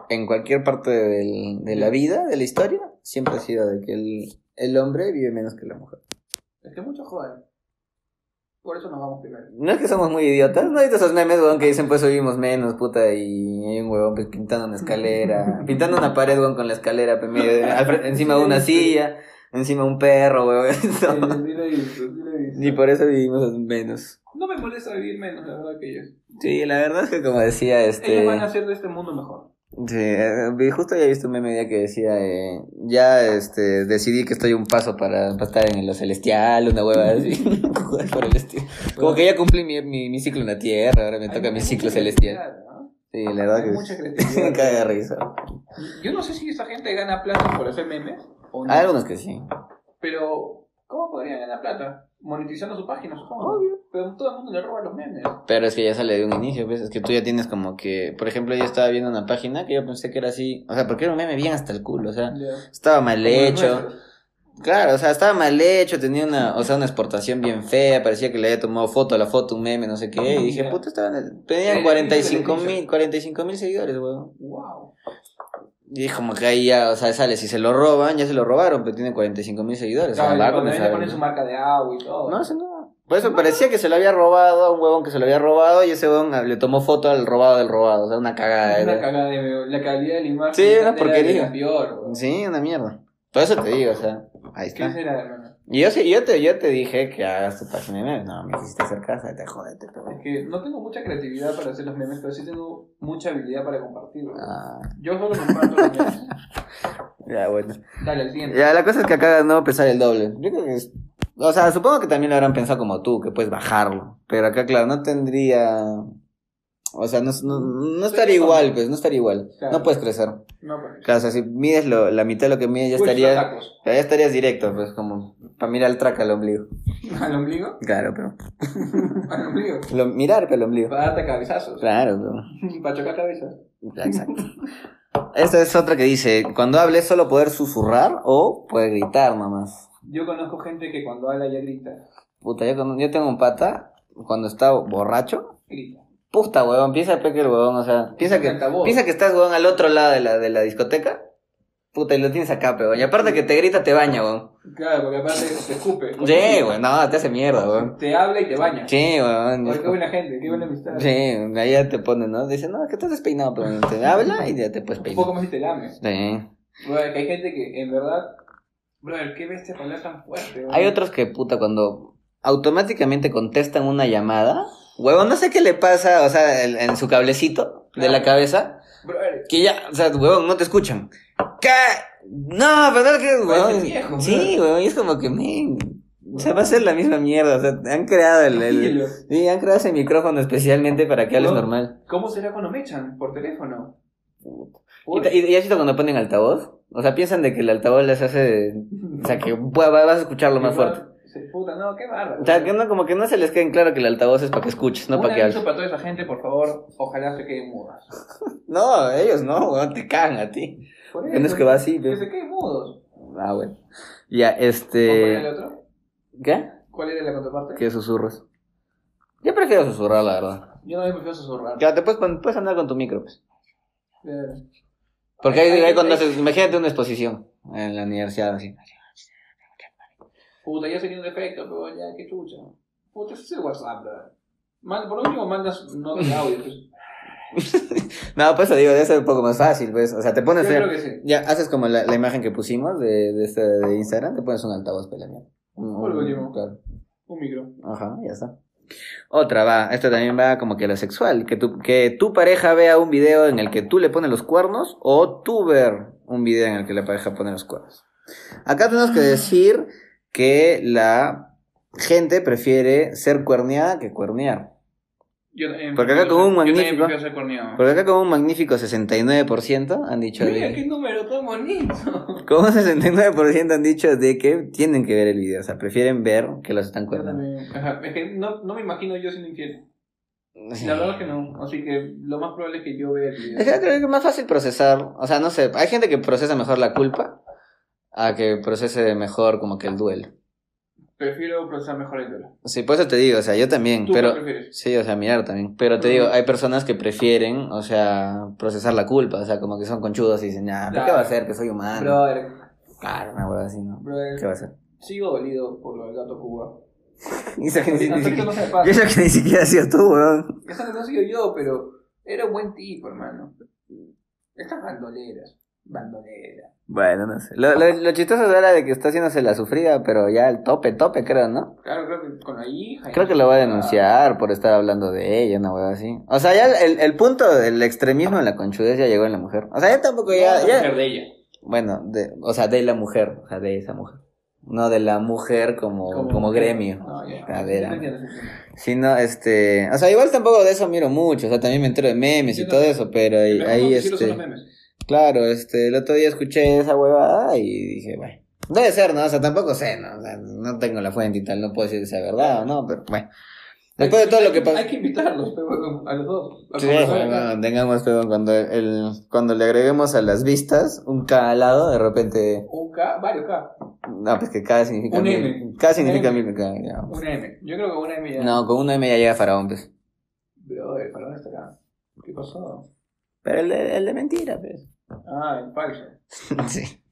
En cualquier parte del- de la vida, de la historia, siempre ha sido de que el, el hombre vive menos que la mujer.
Es que mucho joden. Por eso nos vamos primero.
No es que somos muy idiotas, no hay esos memes, weón, que dicen pues subimos menos, puta, y hay un huevón pues, pintando una escalera, pintando una pared, weón, con la escalera pues, medio- al fre- encima de una silla, encima de un perro, weón.
Sí,
¿no?
sí lo he visto, sí lo he visto.
Y por eso vivimos menos.
No me molesta vivir menos, la verdad que ellos.
Sí, la verdad es que como decía este...
Ellos van a hacer de este mundo mejor.
Sí, eh, vi- justo ya he visto un meme ya que decía, eh, ya este, decidí que estoy un paso para, para estar en lo celestial, una hueva así, cosas por el estilo. Como que ya cumplí mi, mi, mi ciclo en la tierra, ahora me
Hay
toca mi
mucha
ciclo celestial.
creatividad, ¿no?
Sí, la verdad
Hay mucha
que es-
creatividad.
caga de risa.
Yo no sé si esa gente gana plata por hacer memes o no.
Hay algunos que sí.
Pero, ¿cómo podrían ganar plata? Monetizando su página, supongo.
Obvio.
Pero todo el mundo le roba los memes.
Pero es que ya sale de un inicio, ¿ves? Es que tú ya tienes como que, por ejemplo, yo estaba viendo una página que yo pensé que era así, o sea, porque era un meme bien hasta el culo, o sea, estaba mal hecho. Claro, o sea, estaba mal hecho, tenía una, o sea, una exportación bien fea, parecía que le había tomado foto a la foto, un meme, no sé qué, y dije,
Ya.
puta, estaban,
Era
tenían
el
45
inicio del
mil, 45 mil seguidores, weón.
Wow.
Y es como que ahí ya, o sea, sale, si se lo roban, ya se lo robaron, pero tiene 45 mil seguidores, o sea, va a
le
comenzar.
ponen su marca de agua y todo.
No, eso no. Por eso parecía que se lo había robado a un huevón que se lo había robado, y ese huevón ah, le tomó foto al robado del robado, o sea, una cagada.
Una
era.
cagada de la calidad de la imagen.
Sí, una
era
porquería.
la peor, güey.
Sí, una mierda. Todo eso te digo, o sea, ahí está.
¿Qué será, hermano?
Y yo, sí- yo, te, yo te dije que hagas tu página de memes. No, me hiciste hacer casa, te jodete, pero
Es que no tengo mucha creatividad para hacer los memes, pero sí tengo mucha habilidad para compartirlos.
Ah,
Yo solo comparto los memes.
ya, bueno.
Dale, al siguiente.
Ya, la cosa es que acá no pesar el doble. Yo creo que es... O sea, supongo que también lo habrán pensado como tú, que puedes bajarlo. Pero acá, claro, no tendría... O sea, no, no, no estaría igual, pues, no estaría igual.
Claro.
No puedes crecer.
No, pues.
Claro, o sea, si mides lo, la mitad de lo que mides, ya
Uy,
estaría...
son tacos.
Ya estarías directo, pues, como... Para mirar al traca al ombligo.
¿Al ombligo?
Claro, pero...
¿Al ombligo?
Lo, mirar pero el ombligo.
Para darte cabezazos.
Claro, pero...
Para chocar cabezas.
Ya, Exacto. Esta es otra que dice, cuando hables solo poder susurrar o poder gritar nomás.
Yo conozco gente que cuando habla ya grita.
Puta, yo, con- yo tengo un pata, cuando está borracho,
Grita.
puta huevón, piensa pe que el huevón, o sea, piensa que,
Altavoz.
piensa que estás huevón al otro lado de la, de la discoteca, puta, y lo tienes acá, pe, huevón. Y aparte que te grita, te baña, huevón.
Claro, porque aparte te escupe.
Sí, huevón, no, te hace mierda, huevón.
Te habla y te baña.
Sí, huevón.
Oye, qué buena gente, qué buena amistad.
Sí, allá te pone, ¿no? Dice, no, que estás despeinado, pero te habla y ya te puedes
Un
peinar.
poco más y te lame.
Sí.
Brother, que hay gente que en verdad. Brother, qué bestia para hablar tan fuerte. brother.
Hay otros que, puta, cuando automáticamente contestan una llamada, huevón, no sé qué le pasa, o sea, el- en su cablecito de la
Claro.
cabeza,
Brother,
que ya, o sea, huevón, no te escuchan. ¿Qué? No, pero no, que, huevón.
viejo,
sí, huevón, y es como que, men, o sea, va a ser la misma mierda, o sea, han creado el... el-
tranquilo.
sí, han creado ese micrófono especialmente para que hables
Huevón.
normal.
¿Cómo será cuando me echan por teléfono?
Y, ta- y, y así cuando ponen altavoz, o sea, piensan de que el altavoz les hace, o sea, que va- va- vas a escucharlo más fuerte.
Se- Puta, no, qué bárbaro.
O sea, que no, como que no se les queden claro que el altavoz es para que escuches, no
Un
para que
aviso
hables.
para toda esa gente, por favor, ojalá se queden mudas.
No, ellos no, weón, te cagan a ti.
Por
No es
eso,
que va así,
pues, Que
pero...
se queden mudos.
Ah, bueno. Ya,
¿O ¿Cuál era el
este...
otro?
¿Qué?
¿Cuál era la contraparte?
¿Qué susurros? Yo prefiero susurrar, la verdad.
Yo no me prefiero susurrar.
Claro, te puedes, pon- puedes andar con tu micro, pues.
Claro.
Porque ahí,
Ay,
ahí
ay,
cuando
ay.
haces, imagínate una exposición en la universidad, así.
Puta, ya sería un defecto, pero ya, qué chucha. Puta, ese es el WhatsApp, bro. Man- por último, mandas notas de audio. pues.
No, pues te digo, debe ser un poco más fácil, pues. O sea, te
Yo
pones...
creo que sí.
Ya, haces como la, la imagen que pusimos de, de, este- de Instagram, te pones un altavoz, pues, la mierda. Un-
Por
un-
último.
claro.
Un micro.
Ajá, ya está. Otra va, esta también va como que a lo sexual, que tu, que tu pareja vea un video en el que tú le pones los cuernos o tú ver un video en el que la pareja pone los cuernos. Acá tenemos que decir que la gente prefiere ser cuerneada que cuernear.
Yo, también
Porque acá
prefiero
con un
ser-
magnífico-
Yo también prefiero ser corneado.
Porque acá como un magnífico 69% han dicho
Mira, qué
de...
número tan bonito.
Como un 69% han dicho de que tienen que ver el video, o sea, prefieren ver que los están
Yo
cuernando.
también. Ajá, es que no, no me imagino yo siendo infiel. La verdad es que no. Así que lo más probable es que yo vea el video.
Es que creo que es más fácil procesar. O sea, no sé, hay gente que procesa mejor la culpa. a que procese mejor como que el duelo.
Prefiero procesar mejor el duelo.
Sí, por eso te digo, o sea, yo también,
¿Tú
pero...
qué prefieres?
Sí, o sea, mirar también. Pero te digo, hay personas que prefieren, o sea, procesar la culpa. O sea, como que son conchudos y dicen, ah, ¿pero ¿qué
Claro.
va a ser? Que soy humano.
Brother,
Claro, una hueá así, ¿no?
brother.
Ah, ¿Qué va a ser?
Sigo dolido por lo del gato Cuba.
Y eso que ni,
Hasta
ni
ahorita
siquiera-
no se me
y
pasa.
eso que ni siquiera has sido tú, weón.
Eso que no soy yo, pero era un buen tipo, hermano. Estas bandoleras. Bandolera.
Bueno, no sé. Lo, lo, lo chistoso era de que está haciéndose la sufrida, pero ya el tope, tope, creo, ¿no?
Claro, creo que con la hija. y-
Creo que lo va a denunciar por estar hablando de ella, una hueá así. O sea, ya el, el, el punto del extremismo en la conchudez ya llegó en la mujer. O sea, ya tampoco,
No,
ya,
la
ya,
mujer de ella.
Bueno, de, o sea, de la mujer, o sea, de esa mujer. No de la mujer como, como, gremio.
No, ya.
Cadera.
No entiendo, no entiendo.
Sino, este. O sea, igual tampoco de eso miro mucho. O sea, también me entero de memes y
Yo
todo
también.
eso, pero ahí,
Lo
ahí,
mejor que hicieron son los
este.
memes.
Claro, este. El otro día escuché esa huevada y dije, bueno. Debe ser, ¿no? O sea, tampoco sé, ¿no? O sea, no tengo la fuente y tal, no puedo decir si sea verdad o no, pero bueno. Después de
Hay-
todo lo
hay-
que pasó.
Hay que invitarlos, pero bueno, a los dos. A
Sí,
conversar acá.
bueno, tengamos cuidado cuando, el, cuando le agreguemos a las vistas un K al lado, de repente.
Un K, varios K.
No, pues que cada significa
Un
mil.
M.
Cada significa
M.
mil. cada- ya.
Un M. Yo creo que un M ya.
No, con una M ya llega Faraón, pues.
Bro, el parón está acá. ¿Qué pasó?
Pero el de, el de mentira, pues.
Ah, el falso.
sí.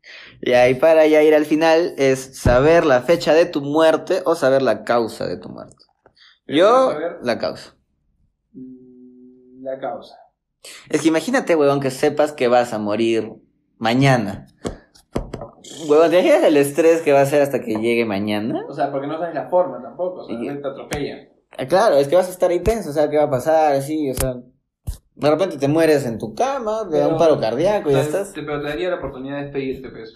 Y ahí para ya ir al final es saber la fecha de tu muerte o saber la causa de tu muerte. Yo,
Quiero saber
la causa.
mm, la causa.
Es que imagínate, huevón, que sepas que vas a morir mañana. Huevón, ¿te imaginas el estrés que va a ser hasta que llegue mañana?
O sea, porque no sabes la forma tampoco. O sea,
Y-
te atropella.
Ah, Claro, es que vas a estar ahí tenso, o sea, ¿qué va a pasar? Así, o sea. De repente te mueres en tu cama, te da un
Pero-
paro cardíaco y ya
Entonces,
estás.
te- Pero te daría la oportunidad de despedirte, pues.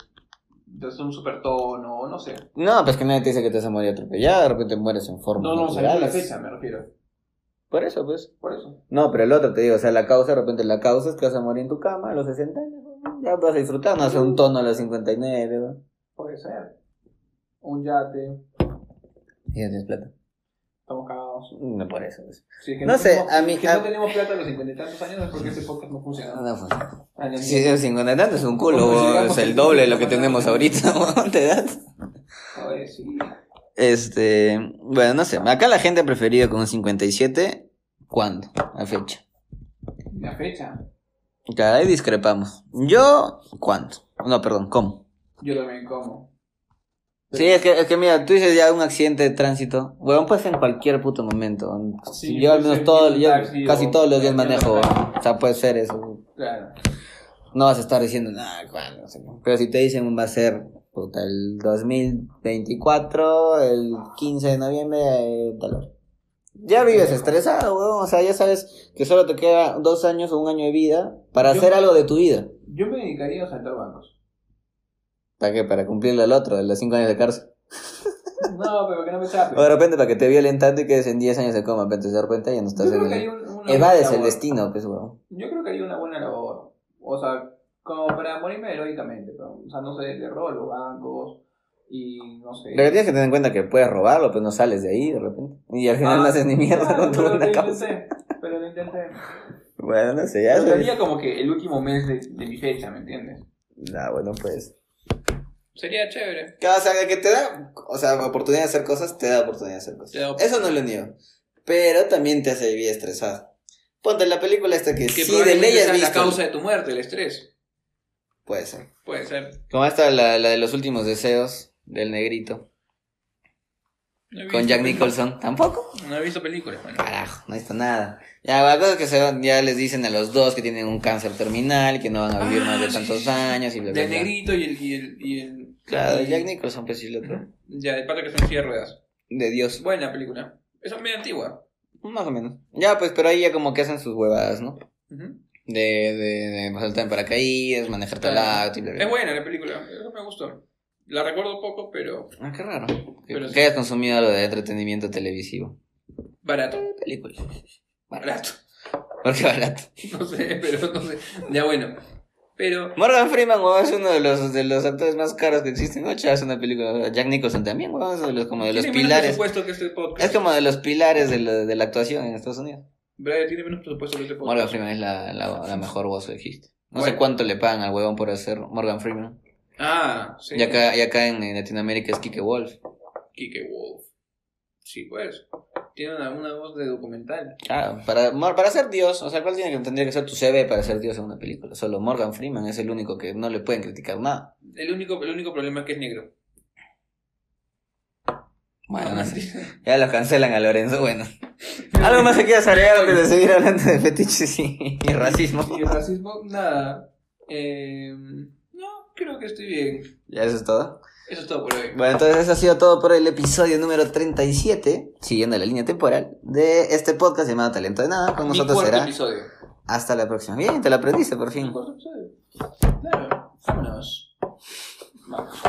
De hacer un super tono, no sé.
No, pues que nadie te dice que te vas a morir atropellado, de repente mueres en forma.
No, no, o sea, la fecha me refiero.
Por eso, pues.
Por eso.
No, pero el otro te digo, o sea, la causa, de repente la causa es que vas a morir en tu cama a los 60 años. ¿no? Ya vas a disfrutar, no hace un tono a los 59, ¿no?
Puede ser. Un yate.
Y ya tienes plata.
Estamos cagados.
No por eso, pues.
Sí, que
No sé,
tenemos-
a mí-
Que
a-
no tenemos plata a los cincuenta y tantos años es porque este podcast no funciona.
No, no pues. funciona.
Ah, ya
Si
entiendo.
eres 50 y tanto es un culo,
Cuando
bo,
llegamos
es el
al
doble de lo que
50
tenemos ahorita, bo, te das.
Oye, sí.
Este, bueno, no sé, acá la gente ha preferido con un 57, ¿cuándo? A fecha.
La fecha.
Cada ahí discrepamos. Yo, ¿cuándo? No, perdón, ¿cómo?
Yo también como.
Sí, es que, es que mira, tú dices ya un accidente de tránsito. Weón, puede ser en cualquier puto momento.
Sí,
yo al
puede
menos
ser
todo,
en
yo
taxi
casi
o-
todos los días
o-
manejo. weón. O sea, puede ser eso.
Claro.
No vas a estar diciendo nada, bueno, no sé". Pero si te dicen va a ser puta, el 2024, el 15 de noviembre, eh, tal hora. Ya vives estresado, weón. O sea, ya sabes que solo te queda dos años o un año de vida para
Yo-
hacer algo de tu vida.
Yo me dedicaría a saltar bancos.
¿Para qué? Para cumplirle al otro, de los cinco años de cárcel.
No, pero que no me
O de
chapen.
repente para que te violen tanto y quedes en 10 años de coma, pero te das cuenta y ya no estás
Yo creo
en
que
el-
hay un, una
Evades
buena
el
labor.
destino, pues, weón.
Yo creo que haría una buena labor. O sea, como para morirme heroicamente. Pero, o sea, no sé, le robo a los bancos. Y no sé.
Lo que tienes que tener en cuenta es que puedes robarlo, pues no sales de ahí de repente. Y al final
Ah,
no haces ni mierda
claro,
con tu
pero lo
buena causa.
intenté, Pero lo intenté.
Bueno, no sé, ya.
Pero
sabes.
sería como que el último mes de, de mi fecha, ¿me entiendes?
Nah, bueno, pues.
Sería chévere.
O sea, que te da, o sea, oportunidad de hacer cosas, te da oportunidad de hacer
Te da
cosas.
oportunidad.
Eso no lo niego. Pero también te hace vivir estresado. Ponte la película esta que,
Que
sí de
probablemente
ley has
sea la
visto.
causa de tu muerte, el estrés.
Puede ser.
Puede ser.
Como esta, la, la de los últimos deseos del negrito.
No he
Con
visto
Jack
peli-
Nicholson. Tampoco.
No he visto películas, bueno.
Carajo, no hizo nada. Ya, la cosa es que se van- ya les dicen a los dos que tienen un cáncer terminal, que no van a vivir
Ah,
más de
sí, sí,
tantos
sí.
años y bla, bla,
Del
bla.
negrito y el. Y el, y el
Claro,
y-
de Jack Nicholson, pues y el otro.
Ya, el pato que está en silla de ruedas.
De Dios.
Buena película. Es medio antigua.
Más o menos. Ya, pues, pero ahí ya como que hacen sus huevadas, ¿no?
Ujú.
De, de, de saltar en paracaídas, manejar tal
Claro. Eh,
auto y bla, bla.
Es buena la película. Eso me gustó. La recuerdo poco, pero
Ah, qué raro. Que,
Pero
que
sí.
hayas consumido lo de entretenimiento televisivo.
barato.
Eh, Película.
Barato.
Porque barato.
No sé, pero no sé. Ya bueno. Pero.
Morgan Freeman, weón, es uno de los, de los actores más caros que existen. No, chaval, es una película. Jack Nicholson también, weón, es de los, como de los
tiene menos
pilares.
presupuesto que este podcast.
Es como de los pilares de la, de la actuación en Estados Unidos.
Brian tiene menos presupuesto que este podcast.
Morgan Freeman es la, la, la mejor voz que existe. No sé
Bueno.
cuánto le pagan al huevón por hacer Morgan Freeman.
Ah, sí.
Y acá, y acá en, en Latinoamérica es Kike Wolf.
Kike Wolf. Sí, pues. Tiene una, una voz de documental.
Claro, Ah, para, mor- para ser Dios, o sea, ¿cuál tiene que, tendría que ser tu CV para ser Dios en una película? Solo Morgan Freeman es el único que no le pueden criticar nada.
El único, el único problema es que es negro. Ah,
Bueno, no sé. ya los cancelan a Lorenzo, bueno. ¿Algo más que quieras agregar antes de seguir hablando de fetiches y, y racismo?
Y el racismo, nada. Eh, no, creo que estoy bien.
Ya eso es todo.
Eso es todo por hoy.
Bueno, entonces eso ha sido todo por el episodio número 37, siguiendo la línea temporal, de este podcast llamado Talento de Nada. Con
Mi
nosotros
cuarto
será
episodio.
hasta la próxima. Bien, te lo aprendiste por
Mi
fin.
cuarto episodio. Claro. Vámonos. Vamos.